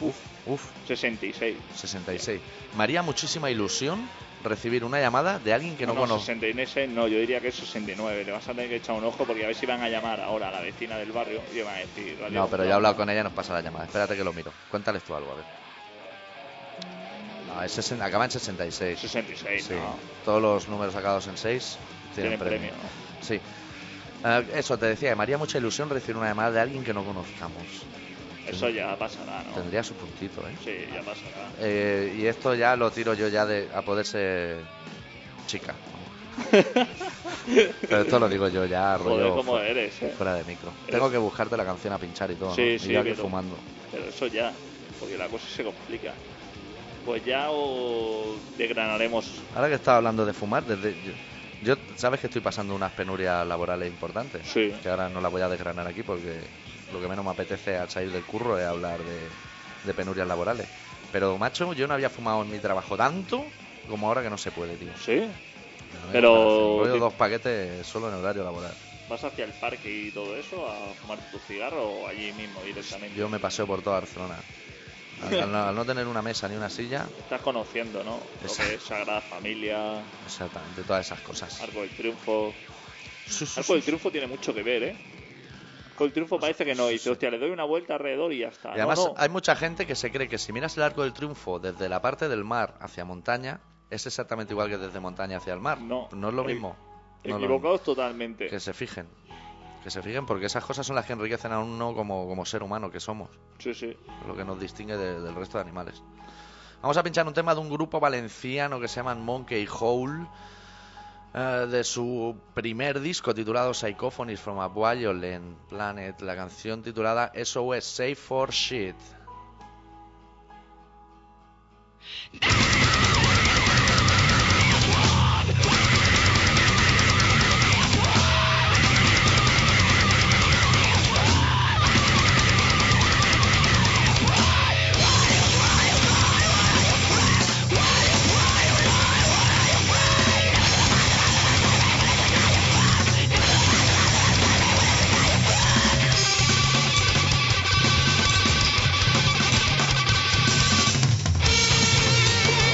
[SPEAKER 3] Uf,
[SPEAKER 2] Uf,
[SPEAKER 3] 66.
[SPEAKER 2] 66. Me haría muchísima ilusión recibir una llamada de alguien que no,
[SPEAKER 3] no,
[SPEAKER 2] conozco.
[SPEAKER 3] 69, no, yo diría que es 69. Le vas a tener que echar un ojo porque a ver si van a llamar ahora a la vecina del barrio y le van a decir. Radio
[SPEAKER 2] No, pero
[SPEAKER 3] Contra-
[SPEAKER 2] ya he hablado con ella y nos pasa la llamada. Espérate que lo miro. Cuéntales tú algo, a ver. No, es 60, acaba en 66.
[SPEAKER 3] 66,
[SPEAKER 2] Sí.
[SPEAKER 3] no.
[SPEAKER 2] Todos los números sacados en 6 tienen,
[SPEAKER 3] Tienen premio.
[SPEAKER 2] Sí. Eh, eso te decía, que me haría mucha ilusión recibir una llamada de alguien que no conozcamos.
[SPEAKER 3] Eso ya pasará, ¿no?
[SPEAKER 2] Tendría su puntito, ¿eh?
[SPEAKER 3] Sí, ya pasará.
[SPEAKER 2] Eh, y esto ya lo tiro yo ya de, a poder ser chica. Pero esto lo digo yo ya,
[SPEAKER 3] Joder,
[SPEAKER 2] rollo
[SPEAKER 3] cómo
[SPEAKER 2] fu-
[SPEAKER 3] eres, eh.
[SPEAKER 2] fuera de micro. Tengo que buscarte la canción a pinchar y todo,
[SPEAKER 3] Sí,
[SPEAKER 2] ¿no? Y
[SPEAKER 3] sí,
[SPEAKER 2] yo aquí
[SPEAKER 3] pero-
[SPEAKER 2] fumando.
[SPEAKER 3] Pero eso ya, porque la cosa se complica. Pues ya o desgranaremos.
[SPEAKER 2] Ahora que estaba hablando de fumar, desde yo, yo- sabes que estoy pasando unas penurias laborales importantes,
[SPEAKER 3] Sí.
[SPEAKER 2] que ahora no las voy a desgranar aquí porque lo que menos me apetece al salir del curro es hablar de, de penurias laborales. Pero macho, yo no había fumado en mi trabajo tanto como ahora que no se puede, tío.
[SPEAKER 3] Sí,
[SPEAKER 2] No,
[SPEAKER 3] Pero-
[SPEAKER 2] no, no, rollo dos paquetes solo en horario laboral.
[SPEAKER 3] vas hacia el parque y todo eso a fumar tu cigarro o allí mismo directamente.
[SPEAKER 2] Yo me paseo por toda Barcelona. Al, al no, al no tener una mesa ni una silla,
[SPEAKER 3] Estás conociendo, ¿no? Lo que
[SPEAKER 2] Exacto.
[SPEAKER 3] es Sagrada Familia,
[SPEAKER 2] exactamente, todas esas cosas.
[SPEAKER 3] Arco del Triunfo.
[SPEAKER 2] Sí, sí,
[SPEAKER 3] Arco del
[SPEAKER 2] sí.
[SPEAKER 3] Triunfo tiene mucho que ver, ¿eh? Arco del Triunfo parece que no. Y dice, hostia, le doy una vuelta alrededor y ya está.
[SPEAKER 2] Y además
[SPEAKER 3] Ah, no, no.
[SPEAKER 2] hay mucha gente que se cree que si miras el Arco del Triunfo desde la parte del mar hacia montaña, es exactamente igual que desde montaña hacia el mar.
[SPEAKER 3] No.
[SPEAKER 2] es lo mismo. No es lo
[SPEAKER 3] El-
[SPEAKER 2] mismo.
[SPEAKER 3] Equivocados totalmente.
[SPEAKER 2] Que se fijen. Que se fijen porque esas cosas son las que enriquecen a uno como, como ser humano que somos.
[SPEAKER 3] Sí, sí.
[SPEAKER 2] Es lo que nos distingue de- del resto de animales. Vamos a pinchar un tema de un grupo valenciano que se llaman Monkey Hole, eh, de su primer disco titulado Psychophonies from a Violent Planet, la canción titulada SOS Safe for Shit.
[SPEAKER 7] Thank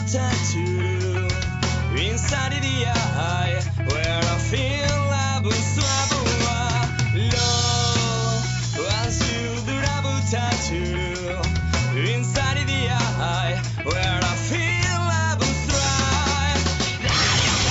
[SPEAKER 7] tattoo inside of the eye where I feel I will travel low as you the double tattoo inside of the eye where I feel I will thrive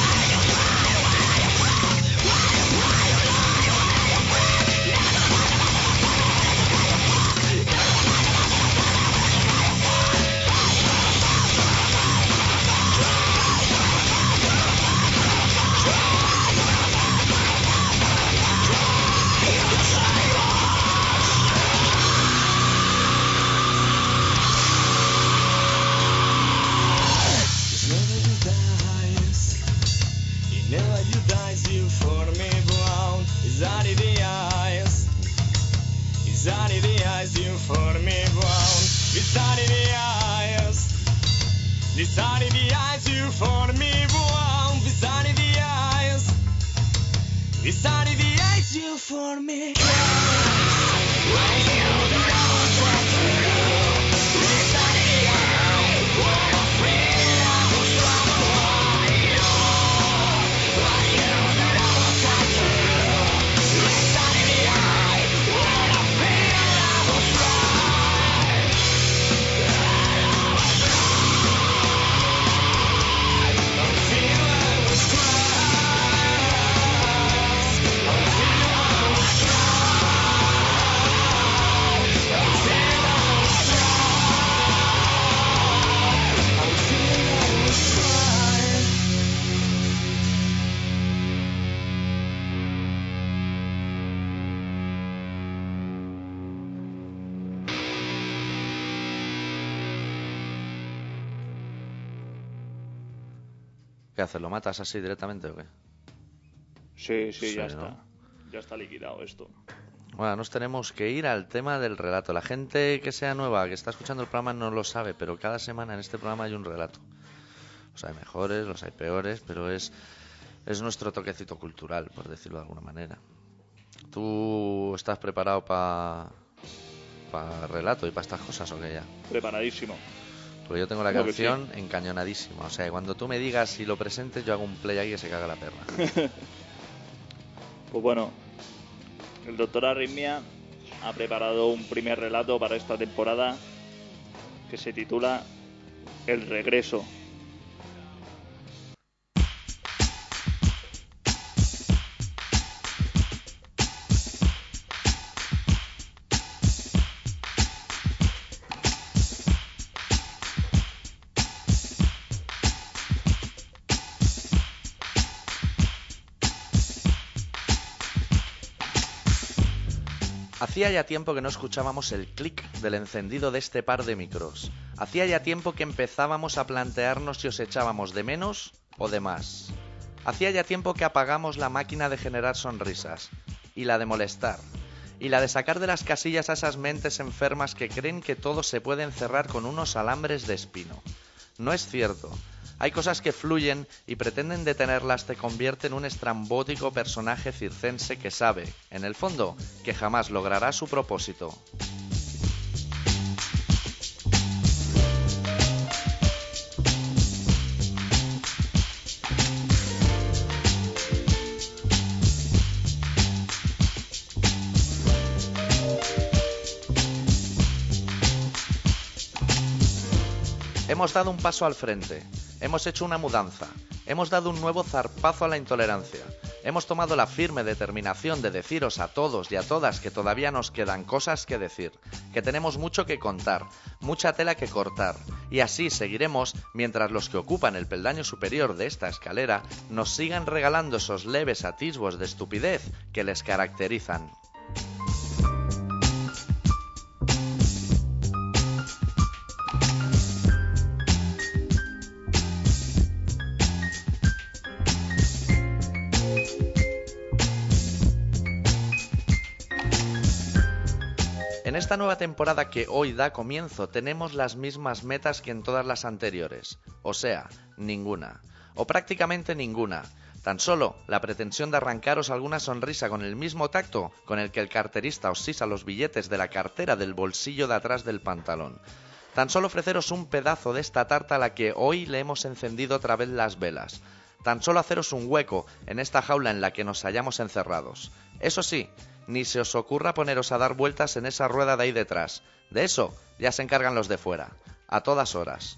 [SPEAKER 7] It's never you dies. It never you dies. You for me ground. Is out of the eyes. Is out of the eyes. You for me ground. Is out of the eyes. Is out of the eyes. You for me ground. Is out of the eyes. Is out of the eyes. You for me.
[SPEAKER 2] ¿Qué haces? ¿Lo matas así directamente o qué?
[SPEAKER 3] Sí, sí, ya
[SPEAKER 2] Sí,
[SPEAKER 3] está.
[SPEAKER 2] ¿no?
[SPEAKER 3] Ya está liquidado esto.
[SPEAKER 2] Bueno, nos tenemos que ir al tema del relato. La gente que sea nueva, que está escuchando el programa, no lo sabe, pero cada semana en este programa hay un relato. Los hay mejores, los hay peores, pero es, es nuestro toquecito cultural, por decirlo de alguna manera. ¿Tú estás preparado para relato y para estas cosas o qué ya?
[SPEAKER 3] Preparadísimo.
[SPEAKER 2] Porque yo tengo la
[SPEAKER 3] Claro que
[SPEAKER 2] canción encañonadísima. O sea, que cuando tú me digas y lo presentes, yo hago un play ahí que se caga la perra.
[SPEAKER 3] Pues bueno, el doctor Arritmia ha preparado un primer relato para esta temporada que se titula El regreso.
[SPEAKER 2] Hacía ya tiempo que no escuchábamos el clic del encendido de este par de micros. Hacía ya tiempo que empezábamos a plantearnos si os echábamos de menos o de más. Hacía ya tiempo que apagamos la máquina de generar sonrisas y la de molestar y la de sacar de las casillas a esas mentes enfermas que creen que todo se puede encerrar con unos alambres de espino. No es cierto. Hay cosas que fluyen y pretenden detenerlas te convierte en un estrambótico personaje circense que sabe, en el fondo, que jamás logrará su propósito. Hemos dado un paso al frente, hemos hecho una mudanza, hemos dado un nuevo zarpazo a la intolerancia, hemos tomado la firme determinación de deciros a todos y a todas que todavía nos quedan cosas que decir, que tenemos mucho que contar, mucha tela que cortar, y así seguiremos mientras los que ocupan el peldaño superior de esta escalera nos sigan regalando esos leves atisbos de estupidez que les caracterizan. En esta nueva temporada que hoy da comienzo tenemos las mismas metas que en todas las anteriores, o sea, ninguna, o prácticamente ninguna, tan solo la pretensión de arrancaros alguna sonrisa con el mismo tacto con el que el carterista os sisa los billetes de la cartera del bolsillo de atrás del pantalón. Tan solo ofreceros un pedazo de esta tarta a la que hoy le hemos encendido otra vez las velas. Tan solo haceros un hueco en esta jaula en la que nos hallamos encerrados. Eso sí, ni se os ocurra poneros a dar vueltas en esa rueda de ahí detrás. De eso ya se encargan los de fuera, a todas horas.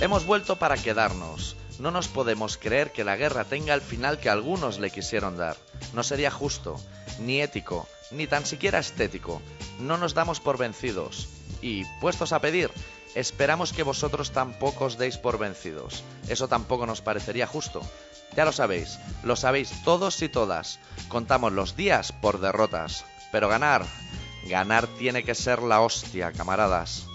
[SPEAKER 2] Hemos vuelto para quedarnos. No nos podemos creer que la guerra tenga el final que algunos le quisieron dar. No sería justo, ni ético, ni tan siquiera estético. No nos damos por vencidos. Y, puestos a pedir, esperamos que vosotros tampoco os deis por vencidos. Eso tampoco nos parecería justo. Ya lo sabéis, lo sabéis todos y todas. Contamos los días por derrotas. Pero ganar, ganar tiene que ser la hostia, camaradas.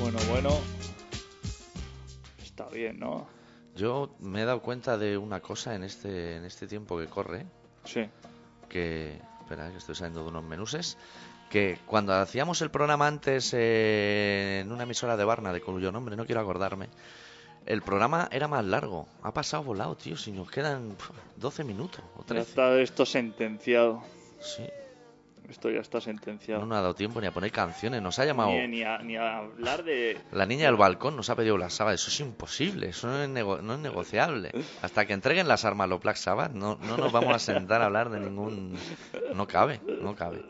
[SPEAKER 3] Bueno, bueno. Está bien, ¿no?
[SPEAKER 2] Yo me he dado cuenta de una cosa en este, en este tiempo que corre,
[SPEAKER 3] Sí.
[SPEAKER 2] que... Espera, que estoy saliendo de unos menuses. Que cuando hacíamos el programa antes eh, en una emisora de Barna, de cuyo nombre no quiero acordarme, el programa era más largo. Ha pasado volado, tío, si nos quedan pf, 12 minutos o
[SPEAKER 3] Ya
[SPEAKER 2] 13.
[SPEAKER 3] está esto sentenciado.
[SPEAKER 2] Sí,
[SPEAKER 3] Esto ya está
[SPEAKER 2] no
[SPEAKER 3] sentenciado.
[SPEAKER 2] nos ha dado tiempo ni a poner canciones. Nos ha llamado
[SPEAKER 3] ni, ni a, ni a hablar de.
[SPEAKER 2] la niña del balcón, nos ha pedido Black Sabbath. Eso es imposible, eso no es, nego- no es negociable. Hasta que entreguen las armas los Black Sabbath, no, no nos vamos a sentar a hablar de ningún... No cabe, no cabe.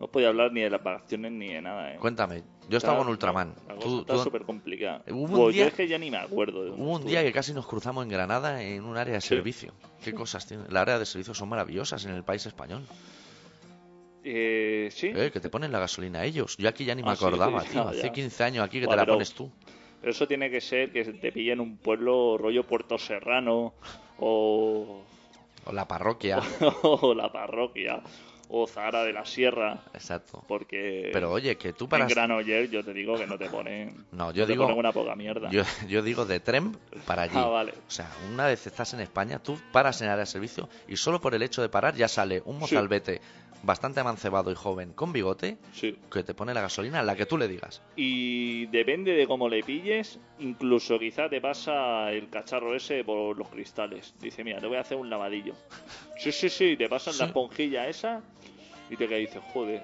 [SPEAKER 3] No podía hablar ni de las vacaciones ni de nada, ¿eh?
[SPEAKER 2] Cuéntame, yo
[SPEAKER 3] Está-
[SPEAKER 2] estaba con Ultraman.
[SPEAKER 3] La cosa
[SPEAKER 2] Tú-
[SPEAKER 3] está
[SPEAKER 2] tú-
[SPEAKER 3] súper complicada.
[SPEAKER 2] Hubo un
[SPEAKER 3] Pues
[SPEAKER 2] día-
[SPEAKER 3] Yo es que ya ni me acuerdo. de ¿eh? dónde
[SPEAKER 2] Hubo un
[SPEAKER 3] estuve.
[SPEAKER 2] día que casi nos cruzamos en Granada en un área de servicio. Qué cosas tiene. Las áreas de servicio son maravillosas en el país español.
[SPEAKER 3] Eh, sí.
[SPEAKER 2] Eh, que te ponen la gasolina ellos. Yo aquí ya ni me
[SPEAKER 3] Ah, sí,
[SPEAKER 2] acordaba,
[SPEAKER 3] sí,
[SPEAKER 2] tío.
[SPEAKER 3] ya,
[SPEAKER 2] Hace
[SPEAKER 3] ya.
[SPEAKER 2] 15 años aquí que
[SPEAKER 3] Buah,
[SPEAKER 2] te la
[SPEAKER 3] pero-
[SPEAKER 2] pones tú.
[SPEAKER 3] Pero eso tiene que ser que te pillen un pueblo rollo Puerto Serrano o,
[SPEAKER 2] O la parroquia.
[SPEAKER 3] o la parroquia o Zara de la Sierra.
[SPEAKER 2] Exacto.
[SPEAKER 3] Porque
[SPEAKER 2] Pero oye, que tú para...
[SPEAKER 3] en Granoller yo te digo que no te ponen.
[SPEAKER 2] No, yo
[SPEAKER 3] te
[SPEAKER 2] digo-
[SPEAKER 3] ponen una poca mierda.
[SPEAKER 2] Yo, yo digo de tren para allí.
[SPEAKER 3] Ah, vale.
[SPEAKER 2] O sea, una vez estás en España, tú paras en área de servicio y solo por el hecho de parar ya sale un mozalbete bastante amancebado y joven con bigote
[SPEAKER 3] Sí.
[SPEAKER 2] que te pone la gasolina la que tú le digas.
[SPEAKER 3] Y depende de cómo le pilles, incluso quizá te pasa el cacharro ese por los cristales. Dice, mira, te voy a hacer un lavadillo. Sí, sí, sí, te pasan la
[SPEAKER 2] Sí.
[SPEAKER 3] esponjilla esa y te que dices, joder,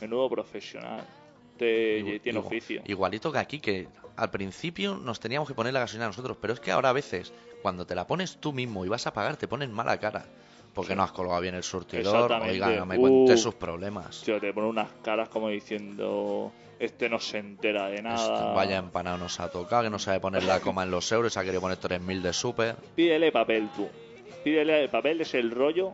[SPEAKER 3] menudo profesional. Te,
[SPEAKER 2] Igu-
[SPEAKER 3] tiene
[SPEAKER 2] igu-
[SPEAKER 3] oficio.
[SPEAKER 2] Igualito que aquí, que al principio nos teníamos que poner la gasolina nosotros, pero es que ahora a veces, cuando te la pones tú mismo y vas a pagar, te ponen mala cara. Porque no has colgado bien el surtidor,
[SPEAKER 3] Exactamente.
[SPEAKER 2] oiga, no me
[SPEAKER 3] Uh.
[SPEAKER 2] cuentes sus problemas.
[SPEAKER 3] Tío, te pone unas caras como diciendo, este no se entera de nada.
[SPEAKER 2] Este, vaya empanado nos ha tocado, que no sabe poner la coma en los euros, ha querido poner 3.000 de super.
[SPEAKER 3] Pídele papel tú. Pídele el papel, es el rollo.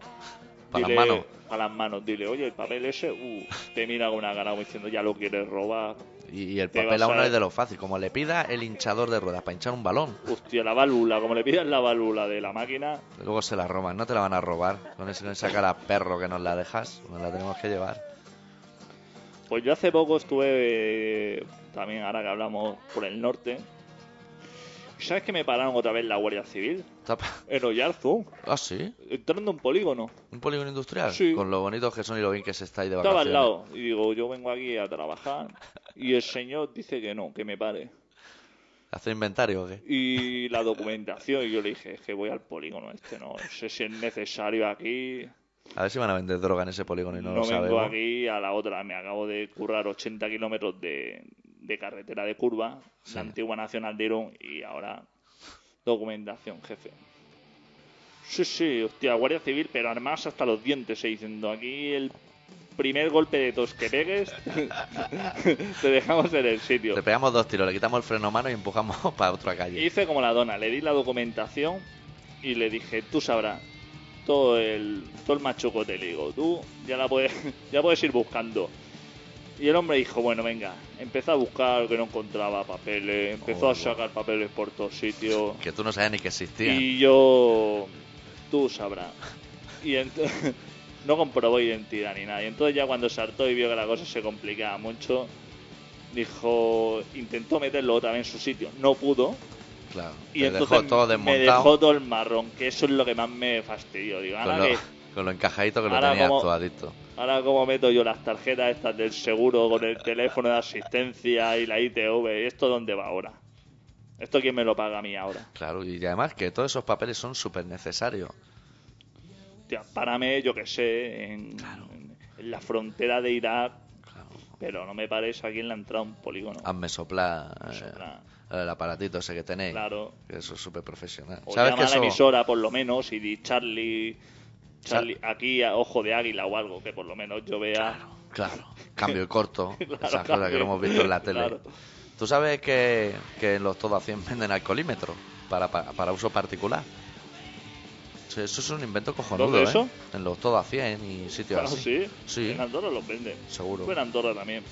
[SPEAKER 2] Para las
[SPEAKER 3] Dile-
[SPEAKER 2] manos.
[SPEAKER 3] Para las manos, dile, oye, el papel ese, uh, te mira con una cara como diciendo, ya lo quieres robar.
[SPEAKER 2] Y, y el
[SPEAKER 3] Te
[SPEAKER 2] papel
[SPEAKER 3] vas
[SPEAKER 2] aún
[SPEAKER 3] a-
[SPEAKER 2] no es de lo fácil, como le pida el hinchador de ruedas para hinchar un balón.
[SPEAKER 3] Hostia, la válvula, como le pidas la válvula de la máquina,
[SPEAKER 2] Luego se la roban, no te la van a robar. Con, ese, con esa cara perro que nos la dejas, nos la tenemos que llevar.
[SPEAKER 3] Pues yo hace poco estuve eh, también, ahora que hablamos por el norte. ¿Sabes que me pararon otra vez la Guardia Civil?
[SPEAKER 2] Tapa.
[SPEAKER 3] En Oyarzú,
[SPEAKER 2] Ah, sí.
[SPEAKER 3] entrando en un polígono.
[SPEAKER 2] ¿Un polígono industrial?
[SPEAKER 3] Sí.
[SPEAKER 2] Con lo bonitos que son y lo bien que se está ahí de
[SPEAKER 3] Estaba
[SPEAKER 2] vacaciones.
[SPEAKER 3] al lado y digo, yo vengo aquí a trabajar y el señor dice que no, que me pare.
[SPEAKER 2] ¿Hacer inventario o qué?
[SPEAKER 3] Y la documentación, y yo le dije, es que voy al polígono este, no sé si es necesario aquí.
[SPEAKER 2] A ver si van a vender droga en ese polígono y no,
[SPEAKER 3] No,
[SPEAKER 2] lo
[SPEAKER 3] vengo
[SPEAKER 2] sabemos.
[SPEAKER 3] aquí a la otra, me acabo de currar 80 kilómetros de, de carretera de curva,
[SPEAKER 2] Sí.
[SPEAKER 3] la antigua Nacional de Irún y ahora documentación, jefe. Sí, sí, hostia, Guardia Civil, pero armas hasta los dientes, eh, diciendo aquí el primer golpe de tos que pegues, te dejamos en el sitio.
[SPEAKER 2] Le pegamos dos tiros, le quitamos el freno a mano y empujamos para otra calle.
[SPEAKER 3] Hice como la dona, le di la documentación y le dije, tú sabrás, todo el, todo el machuco te digo, tú ya la puedes, ya puedes ir buscando. Y el hombre dijo, bueno, venga, empezó a buscar que no encontraba papeles, empezó
[SPEAKER 2] Oh.
[SPEAKER 3] a sacar papeles por todos sitios.
[SPEAKER 2] Que tú no sabías ni que existía.
[SPEAKER 3] Y yo, tú sabrás. Y ent- no comprobó identidad ni nada. Y entonces ya cuando saltó y vio que la cosa se complicaba mucho, dijo, intentó meterlo otra vez en su sitio. No pudo.
[SPEAKER 2] Claro.
[SPEAKER 3] Y
[SPEAKER 2] Te
[SPEAKER 3] entonces
[SPEAKER 2] dejó todo
[SPEAKER 3] me
[SPEAKER 2] desmontado.
[SPEAKER 3] dejó todo el marrón, que eso es lo que más me fastidió. Digo,
[SPEAKER 2] con,
[SPEAKER 3] ahora,
[SPEAKER 2] lo,
[SPEAKER 3] que-
[SPEAKER 2] con lo encajadito que lo
[SPEAKER 3] ahora
[SPEAKER 2] tenía
[SPEAKER 3] como-
[SPEAKER 2] actuadito.
[SPEAKER 3] ahora cómo meto yo las tarjetas estas del seguro con el teléfono de asistencia y la ITV, ¿esto dónde va ahora? ¿Esto quién me lo paga a mí ahora?
[SPEAKER 2] Claro, y además que todos esos papeles son súper necesarios.
[SPEAKER 3] Tía, párame, yo que sé, en, en- en la frontera de Irak,
[SPEAKER 2] Claro.
[SPEAKER 3] pero no me pares aquí en la entrada a un polígono.
[SPEAKER 2] Hazme soplar, eh,
[SPEAKER 3] Soplar.
[SPEAKER 2] el aparatito ese que tenéis.
[SPEAKER 3] Claro.
[SPEAKER 2] Que Eso es súper profesional.
[SPEAKER 3] O
[SPEAKER 2] ¿Sabes
[SPEAKER 3] llama
[SPEAKER 2] que
[SPEAKER 3] a la
[SPEAKER 2] eso-
[SPEAKER 3] emisora, por lo menos, y di Charlie,
[SPEAKER 2] Sa-
[SPEAKER 3] Charlie aquí a ojo de águila o algo, que por lo menos yo vea.
[SPEAKER 2] Claro, cambio corto,
[SPEAKER 3] Claro,
[SPEAKER 2] esas cosas que
[SPEAKER 3] cambio.
[SPEAKER 2] no hemos visto en la tele.
[SPEAKER 3] Claro.
[SPEAKER 2] Tú sabes que, que en los todo a 100 venden alcoholímetro para, para, para uso particular. Sí, Eso es un invento cojonudo,
[SPEAKER 3] ¿Dónde eso?
[SPEAKER 2] ¿eh? En los todo a 100 y sitios
[SPEAKER 3] Ah,
[SPEAKER 2] así.
[SPEAKER 3] sí.
[SPEAKER 2] Sí.
[SPEAKER 3] En Andorra los venden.
[SPEAKER 2] Seguro.
[SPEAKER 3] En Andorra también.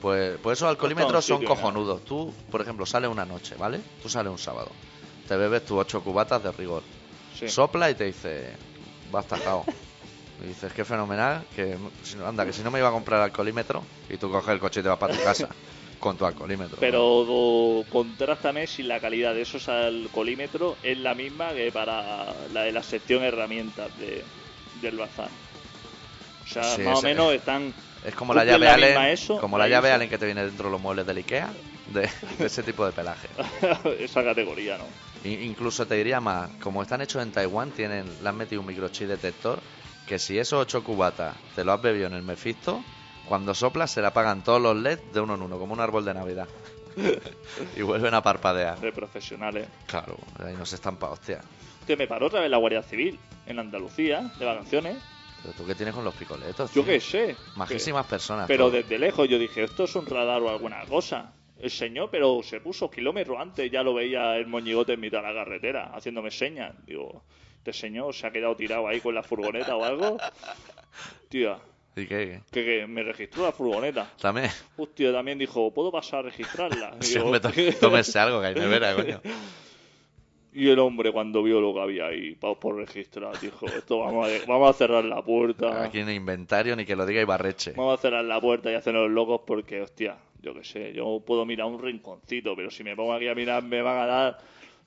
[SPEAKER 2] Pues, pues esos
[SPEAKER 3] Todo un
[SPEAKER 2] alcoholímetros son
[SPEAKER 3] sitio,
[SPEAKER 2] cojonudos. Tú, por ejemplo, sales una noche, ¿vale? Tú sales un sábado. Te bebes tus ocho cubatas de rigor.
[SPEAKER 3] Sí.
[SPEAKER 2] Sopla y te dice, vas tajado. Y dices, qué fenomenal, que si no- anda, que si no me iba a comprar alcoholímetro y tú coges el coche y te vas para tu casa con tu alcoholímetro.
[SPEAKER 3] Pero do- contrástame si la calidad de esos alcoholímetros es la misma que para la de la sección herramientas de, del bazar. O sea,
[SPEAKER 2] Sí,
[SPEAKER 3] más o
[SPEAKER 2] ese-
[SPEAKER 3] menos están.
[SPEAKER 2] Es como la
[SPEAKER 3] cumplen
[SPEAKER 2] llave Allen,
[SPEAKER 3] misma eso,
[SPEAKER 2] como la
[SPEAKER 3] ahí
[SPEAKER 2] llave
[SPEAKER 3] está.
[SPEAKER 2] Allen que te viene dentro de los muebles del Ikea, de, de ese tipo de pelaje.
[SPEAKER 3] Esa categoría, ¿no?
[SPEAKER 2] I- incluso te diría más, como están hechos en Taiwán, tienen, le han metido un microchip detector que si esos ocho cubatas te lo has bebido en el Mephisto, cuando soplas se le apagan todos los LEDs de uno en uno, como un árbol de Navidad. y vuelven a parpadear.
[SPEAKER 3] De profesionales.
[SPEAKER 2] Claro, ahí nos estampa, hostia.
[SPEAKER 3] Que me paró otra vez la Guardia Civil en Andalucía, de vacaciones.
[SPEAKER 2] Pero tú qué tienes con los picoletos.
[SPEAKER 3] Yo
[SPEAKER 2] tío?
[SPEAKER 3] qué sé.
[SPEAKER 2] Majísimas personas.
[SPEAKER 3] Pero
[SPEAKER 2] todo.
[SPEAKER 3] desde lejos yo dije, esto es un radar o alguna cosa. El señor, pero se puso kilómetros antes, ya lo veía el moñigote en mitad de la carretera, haciéndome señas. Digo, este señor se ha quedado tirado ahí con la furgoneta o algo. Tía,
[SPEAKER 2] ¿Y qué?
[SPEAKER 3] que, que me registró la furgoneta.
[SPEAKER 2] También.
[SPEAKER 3] Hostia, también dijo, ¿puedo pasar a registrarla?
[SPEAKER 2] Si
[SPEAKER 3] Digo,
[SPEAKER 2] hombre, tó- tómese algo, que hay nevera, coño.
[SPEAKER 3] Y el hombre cuando vio lo que había ahí pa- por registrar, dijo, esto vamos a, vamos a cerrar la puerta.
[SPEAKER 2] Aquí no hay inventario ni que lo diga Ibarreche.
[SPEAKER 3] Vamos a cerrar la puerta y hacernos locos porque, hostia, yo qué sé, yo puedo mirar un rinconcito, pero si me pongo aquí a mirar me van a dar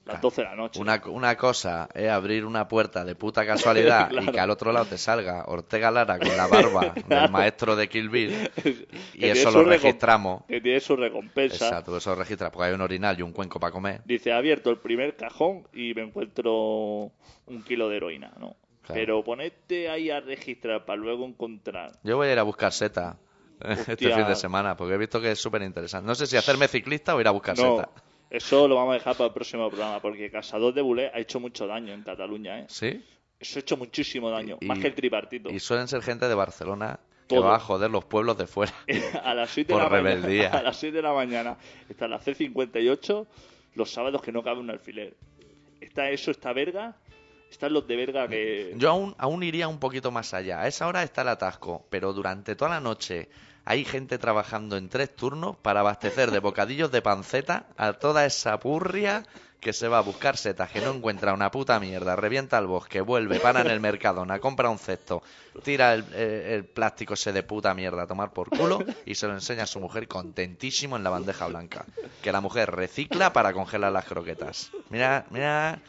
[SPEAKER 3] las 12 de la noche.
[SPEAKER 2] Una, co- una cosa es abrir una puerta de puta casualidad
[SPEAKER 3] Claro.
[SPEAKER 2] y que al otro lado te salga Ortega Lara con la barba del
[SPEAKER 3] Claro.
[SPEAKER 2] maestro de Kill Bill y
[SPEAKER 3] Que
[SPEAKER 2] eso
[SPEAKER 3] tiene su
[SPEAKER 2] lo
[SPEAKER 3] recom-
[SPEAKER 2] registramos.
[SPEAKER 3] Que tiene su recompensa.
[SPEAKER 2] Exacto, eso lo registra porque hay un orinal y un cuenco para comer.
[SPEAKER 3] Dice, he abierto el primer cajón y me encuentro un kilo de heroína, ¿no?
[SPEAKER 2] Claro.
[SPEAKER 3] Pero ponerte ahí a registrar para luego encontrar.
[SPEAKER 2] Yo voy a ir a buscar seta este
[SPEAKER 3] Hostia.
[SPEAKER 2] fin de semana porque he visto que es súper interesante. No sé si hacerme ciclista o ir a buscar
[SPEAKER 3] No,
[SPEAKER 2] seta.
[SPEAKER 3] eso lo vamos a dejar para el próximo programa porque Casador de Bulé ha hecho mucho daño en Cataluña, ¿eh?
[SPEAKER 2] ¿Sí?
[SPEAKER 3] Eso ha hecho muchísimo daño,
[SPEAKER 2] Y-
[SPEAKER 3] más que el tripartito.
[SPEAKER 2] Y suelen ser gente de Barcelona que
[SPEAKER 3] Todo.
[SPEAKER 2] va a joder los pueblos de fuera.
[SPEAKER 3] a las 7
[SPEAKER 2] Por
[SPEAKER 3] de la
[SPEAKER 2] rebeldía.
[SPEAKER 3] mañana. A las 7 de la mañana. Está la C58, los sábados que no cabe un alfiler. Está eso, está verga. Están los de verga que.
[SPEAKER 2] Yo aún, aún iría un poquito más allá. A esa hora está el atasco, pero durante toda la noche hay gente trabajando en tres turnos para abastecer de bocadillos de panceta a toda esa purria que se va a buscar setas, que no encuentra una puta mierda, revienta el bosque, vuelve, para en el Mercadona, compra un cesto, tira el, eh, el plástico ese de puta mierda a tomar por culo y se lo enseña a su mujer contentísimo en la bandeja blanca, que la mujer recicla para congelar las croquetas. Mira, mira,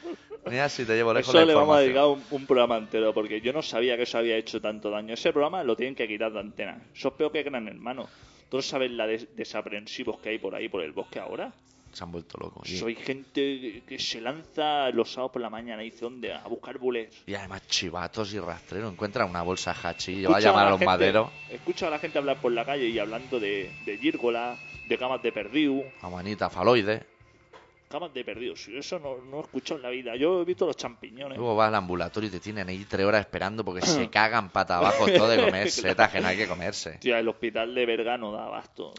[SPEAKER 2] mira si te llevo lejos
[SPEAKER 3] Eso
[SPEAKER 2] la
[SPEAKER 3] le vamos a
[SPEAKER 2] información.
[SPEAKER 3] dedicar un, un programa entero, porque yo no sabía que eso había hecho tanto daño. Ese programa lo tienen que quitar de antena. Eso es peor que Gran Hermano. ¿Tú no sabes la de desaprensivos que hay por ahí, por el bosque ahora?
[SPEAKER 2] Se han vuelto locos. Y-
[SPEAKER 3] Soy gente que se lanza los sábados por la mañana y dice, ¿dónde? A buscar bulés.
[SPEAKER 2] Y además chivatos y rastrero. Encuentra una bolsa hachi, va a llamar a los maderos,
[SPEAKER 3] Escucha a la gente hablar por la calle y hablando de, de gírgola, de camas de perdiu.
[SPEAKER 2] a manita faloide.
[SPEAKER 3] Camas de perdiu, si eso no, no he escuchado en la vida. Yo he visto los champiñones.
[SPEAKER 2] Luego vas al ambulatorio y te tienen ahí tres horas esperando porque se cagan pata abajo todo de comer setas que no hay que comerse.
[SPEAKER 3] Hostia, el hospital de Berga no da abasto.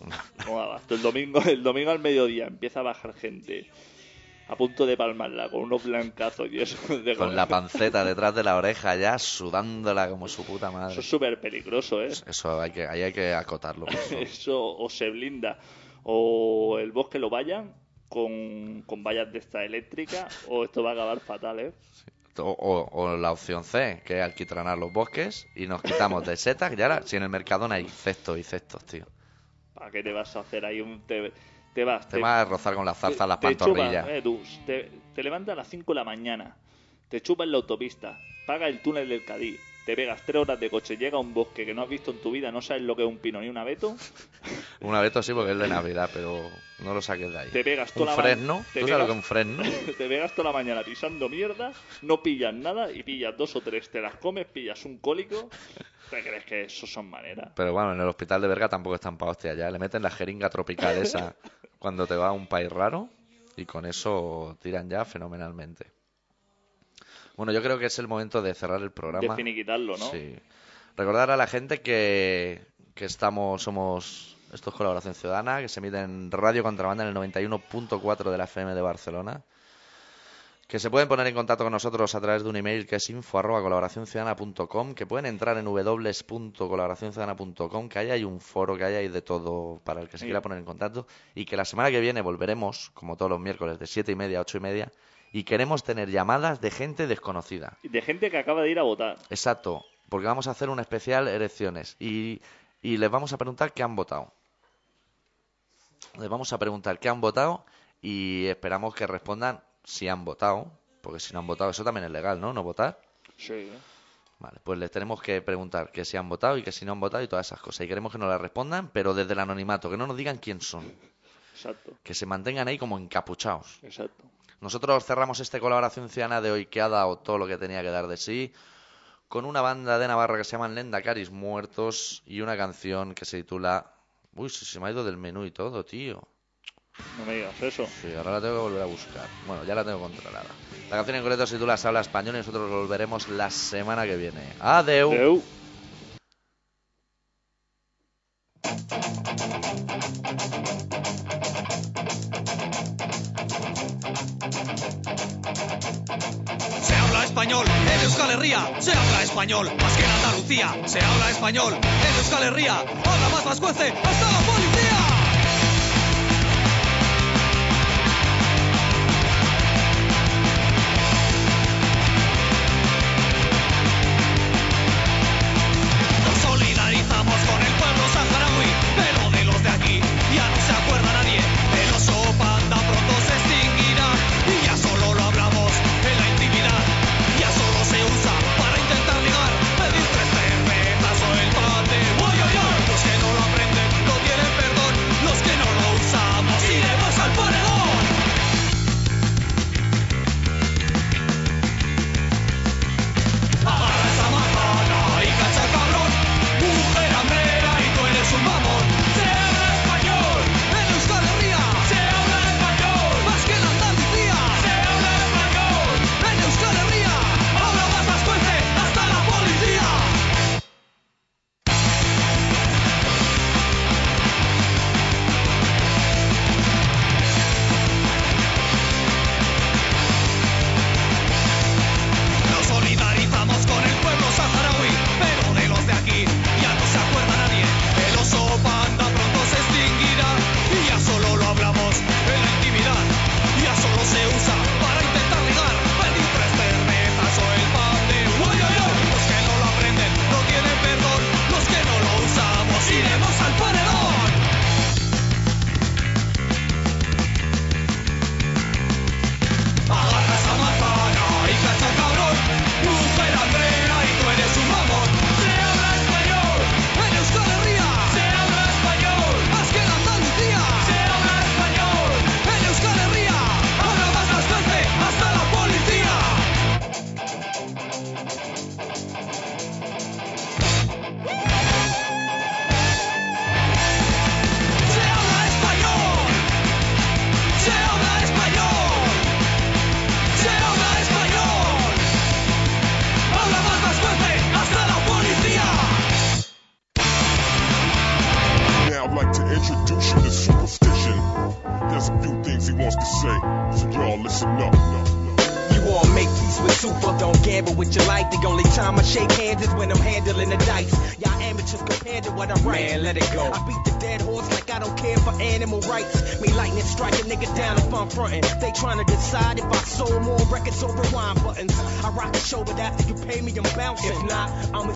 [SPEAKER 3] No da abasto. El domingo, el domingo al mediodía empieza a bajar gente a punto de palmarla con unos blancazos y eso. de
[SPEAKER 2] Con
[SPEAKER 3] gol.
[SPEAKER 2] la panceta detrás de la oreja ya sudándola como su puta
[SPEAKER 3] Eso
[SPEAKER 2] madre.
[SPEAKER 3] es súper peligroso, ¿eh?
[SPEAKER 2] Eso hay que, ahí hay que acotarlo. por favor.
[SPEAKER 3] Eso o se blinda o el bosque lo vayan con, con vallas de esta eléctrica o esto va a acabar fatal, ¿eh?
[SPEAKER 2] O, o- o la opción C, que es alquitranar los bosques y nos quitamos de setas. Y ahora, si en el Mercadona hay cestos y cestos, tío.
[SPEAKER 3] ¿Para qué te vas a hacer ahí un... Te, te vas...
[SPEAKER 2] Te vas a rozar con las zarzas las
[SPEAKER 3] te
[SPEAKER 2] pantorrillas.
[SPEAKER 3] chupas, eh, tú, te, te levantas a las 5 de la mañana, te chupas en la autopista, paga el túnel del Cádiz, te pegas 3 horas de coche, llega a un bosque que no has visto en tu vida, no sabes lo que es un pino ni un abeto,
[SPEAKER 2] Un abeto sí porque es de Navidad, pero no lo saques de ahí.
[SPEAKER 3] Te pegas
[SPEAKER 2] un
[SPEAKER 3] toda la ma-
[SPEAKER 2] fresno.
[SPEAKER 3] te
[SPEAKER 2] ¿Tú sabes lo que
[SPEAKER 3] pegas-
[SPEAKER 2] es un fresno?
[SPEAKER 3] te pegas toda la mañana pisando mierda, no pillas nada y pillas dos o tres, te las comes, pillas un cólico, ¿te crees que eso son maneras?
[SPEAKER 2] Pero bueno, en el hospital de Berga tampoco están para hostia ya. Le meten la jeringa tropical esa cuando te va a un país raro y con eso tiran ya fenomenalmente. Bueno, yo creo que es el momento de cerrar el
[SPEAKER 3] De
[SPEAKER 2] programa.
[SPEAKER 3] finiquitarlo, ¿no?
[SPEAKER 2] Sí. Recordar a la gente que, que estamos, somos estos Colaboración Ciudadana, que se emite en Radio Contrabanda en el 91.4 de la FM de Barcelona. Que se pueden poner en contacto con nosotros a través de un email que es info arroba colaboracionciudadana.com, que pueden entrar en www.colaboracionciudadana.com, que ahí hay un foro, que ahí hay de todo para el que se
[SPEAKER 3] Sí.
[SPEAKER 2] quiera poner en contacto, y que la semana que viene volveremos, como todos los miércoles, de siete y media a ocho y media, y queremos tener llamadas de gente desconocida.
[SPEAKER 3] De gente que acaba de ir a votar.
[SPEAKER 2] Exacto, porque vamos a hacer un especial elecciones y, y les vamos a preguntar qué han votado. Les vamos a preguntar qué han votado y esperamos que respondan si han votado, porque si no han votado, eso también es legal, ¿no? No votar.
[SPEAKER 3] Sí, ¿eh?
[SPEAKER 2] Vale, pues les tenemos que preguntar que si han votado y que si no han votado y todas esas cosas. Y queremos que nos las respondan, pero desde el anonimato, que no nos digan quién son,
[SPEAKER 3] exacto,
[SPEAKER 2] que se mantengan ahí como encapuchados.
[SPEAKER 3] exacto.
[SPEAKER 2] Nosotros cerramos este colaboración ciudadana de hoy que ha dado todo lo que tenía que dar de sí con una banda de Navarra que se llaman Lendacaris Muertos y una canción que se titula Uy, se, se me ha ido del menú y todo, tío.
[SPEAKER 3] No me digas eso.
[SPEAKER 2] Sí, ahora la tengo que volver a buscar. Bueno, ya la tengo controlada. La canción en concreto se titula Se habla español y nosotros volveremos la semana que viene. Adeu.
[SPEAKER 3] Adeu.
[SPEAKER 8] Se habla español en Euskal Herria, se habla español más que en Andalucía, se habla español en Euskal Herria, habla más vascuence hasta la policía. Nos solidarizamos con el pueblo saharaui, pero de los de aquí ya no se acuerda nadie. El oso panda pronto se extinguirá y ya solo lo hablamos en la intimidad. Ya solo se usa para intentar ligar, pedir tres cervezas o el pate. Oy, oy, oy. Los que no lo aprenden no tienen perdón, los que no lo usamos iremos al paredón. Agarra esa manzana y cacha al cabrón Mujer hambrera y tú eres un mamón Se habla español en Euskal Herria Se habla español más que en Andalucía Se habla español en Euskal Herria Habla más más fuerte hasta la policía Nos solidarizamos con el pueblo saharaui, pero de los de aquí ya no se acuerda nadie. El oso panda pronto se extinguirá y ya solo lo hablamos en la intimidad. Ya solo se usa para intentar ligar, pedir tres cervezas o el pan de uy, uy, uy. Los que no lo aprenden no tienen perdón, los que no lo usamos iremos al paredón. Agarra esa manzana y cacha al cabrón Mujer Andrea y tú eres un mamón Se habla español en Euskal Herria Se habla español más que en Andalucía Se habla español en Euskal Herria Habla más las fuerte hasta la policía Se habla español Se habla español se habla español. Habla más más fuerte hasta la policía.
[SPEAKER 9] Now I'd like to introduce you to superstition. There's a few things he wants to say, so you Y'all listen up.
[SPEAKER 8] You all make peace with super, don't gamble with your life. The only time I shake hands is when I'm handling the dice. Y'all amateurs compared to what I write. Man, let it go. I beat the dead horse like I don't care for animal rights. Me lightning strike a nigga down if I'm frontin'. They tryna decide if I sold more records or rewind buttons. I rock a show, but after you pay me, I'm bouncing. If not, I'ma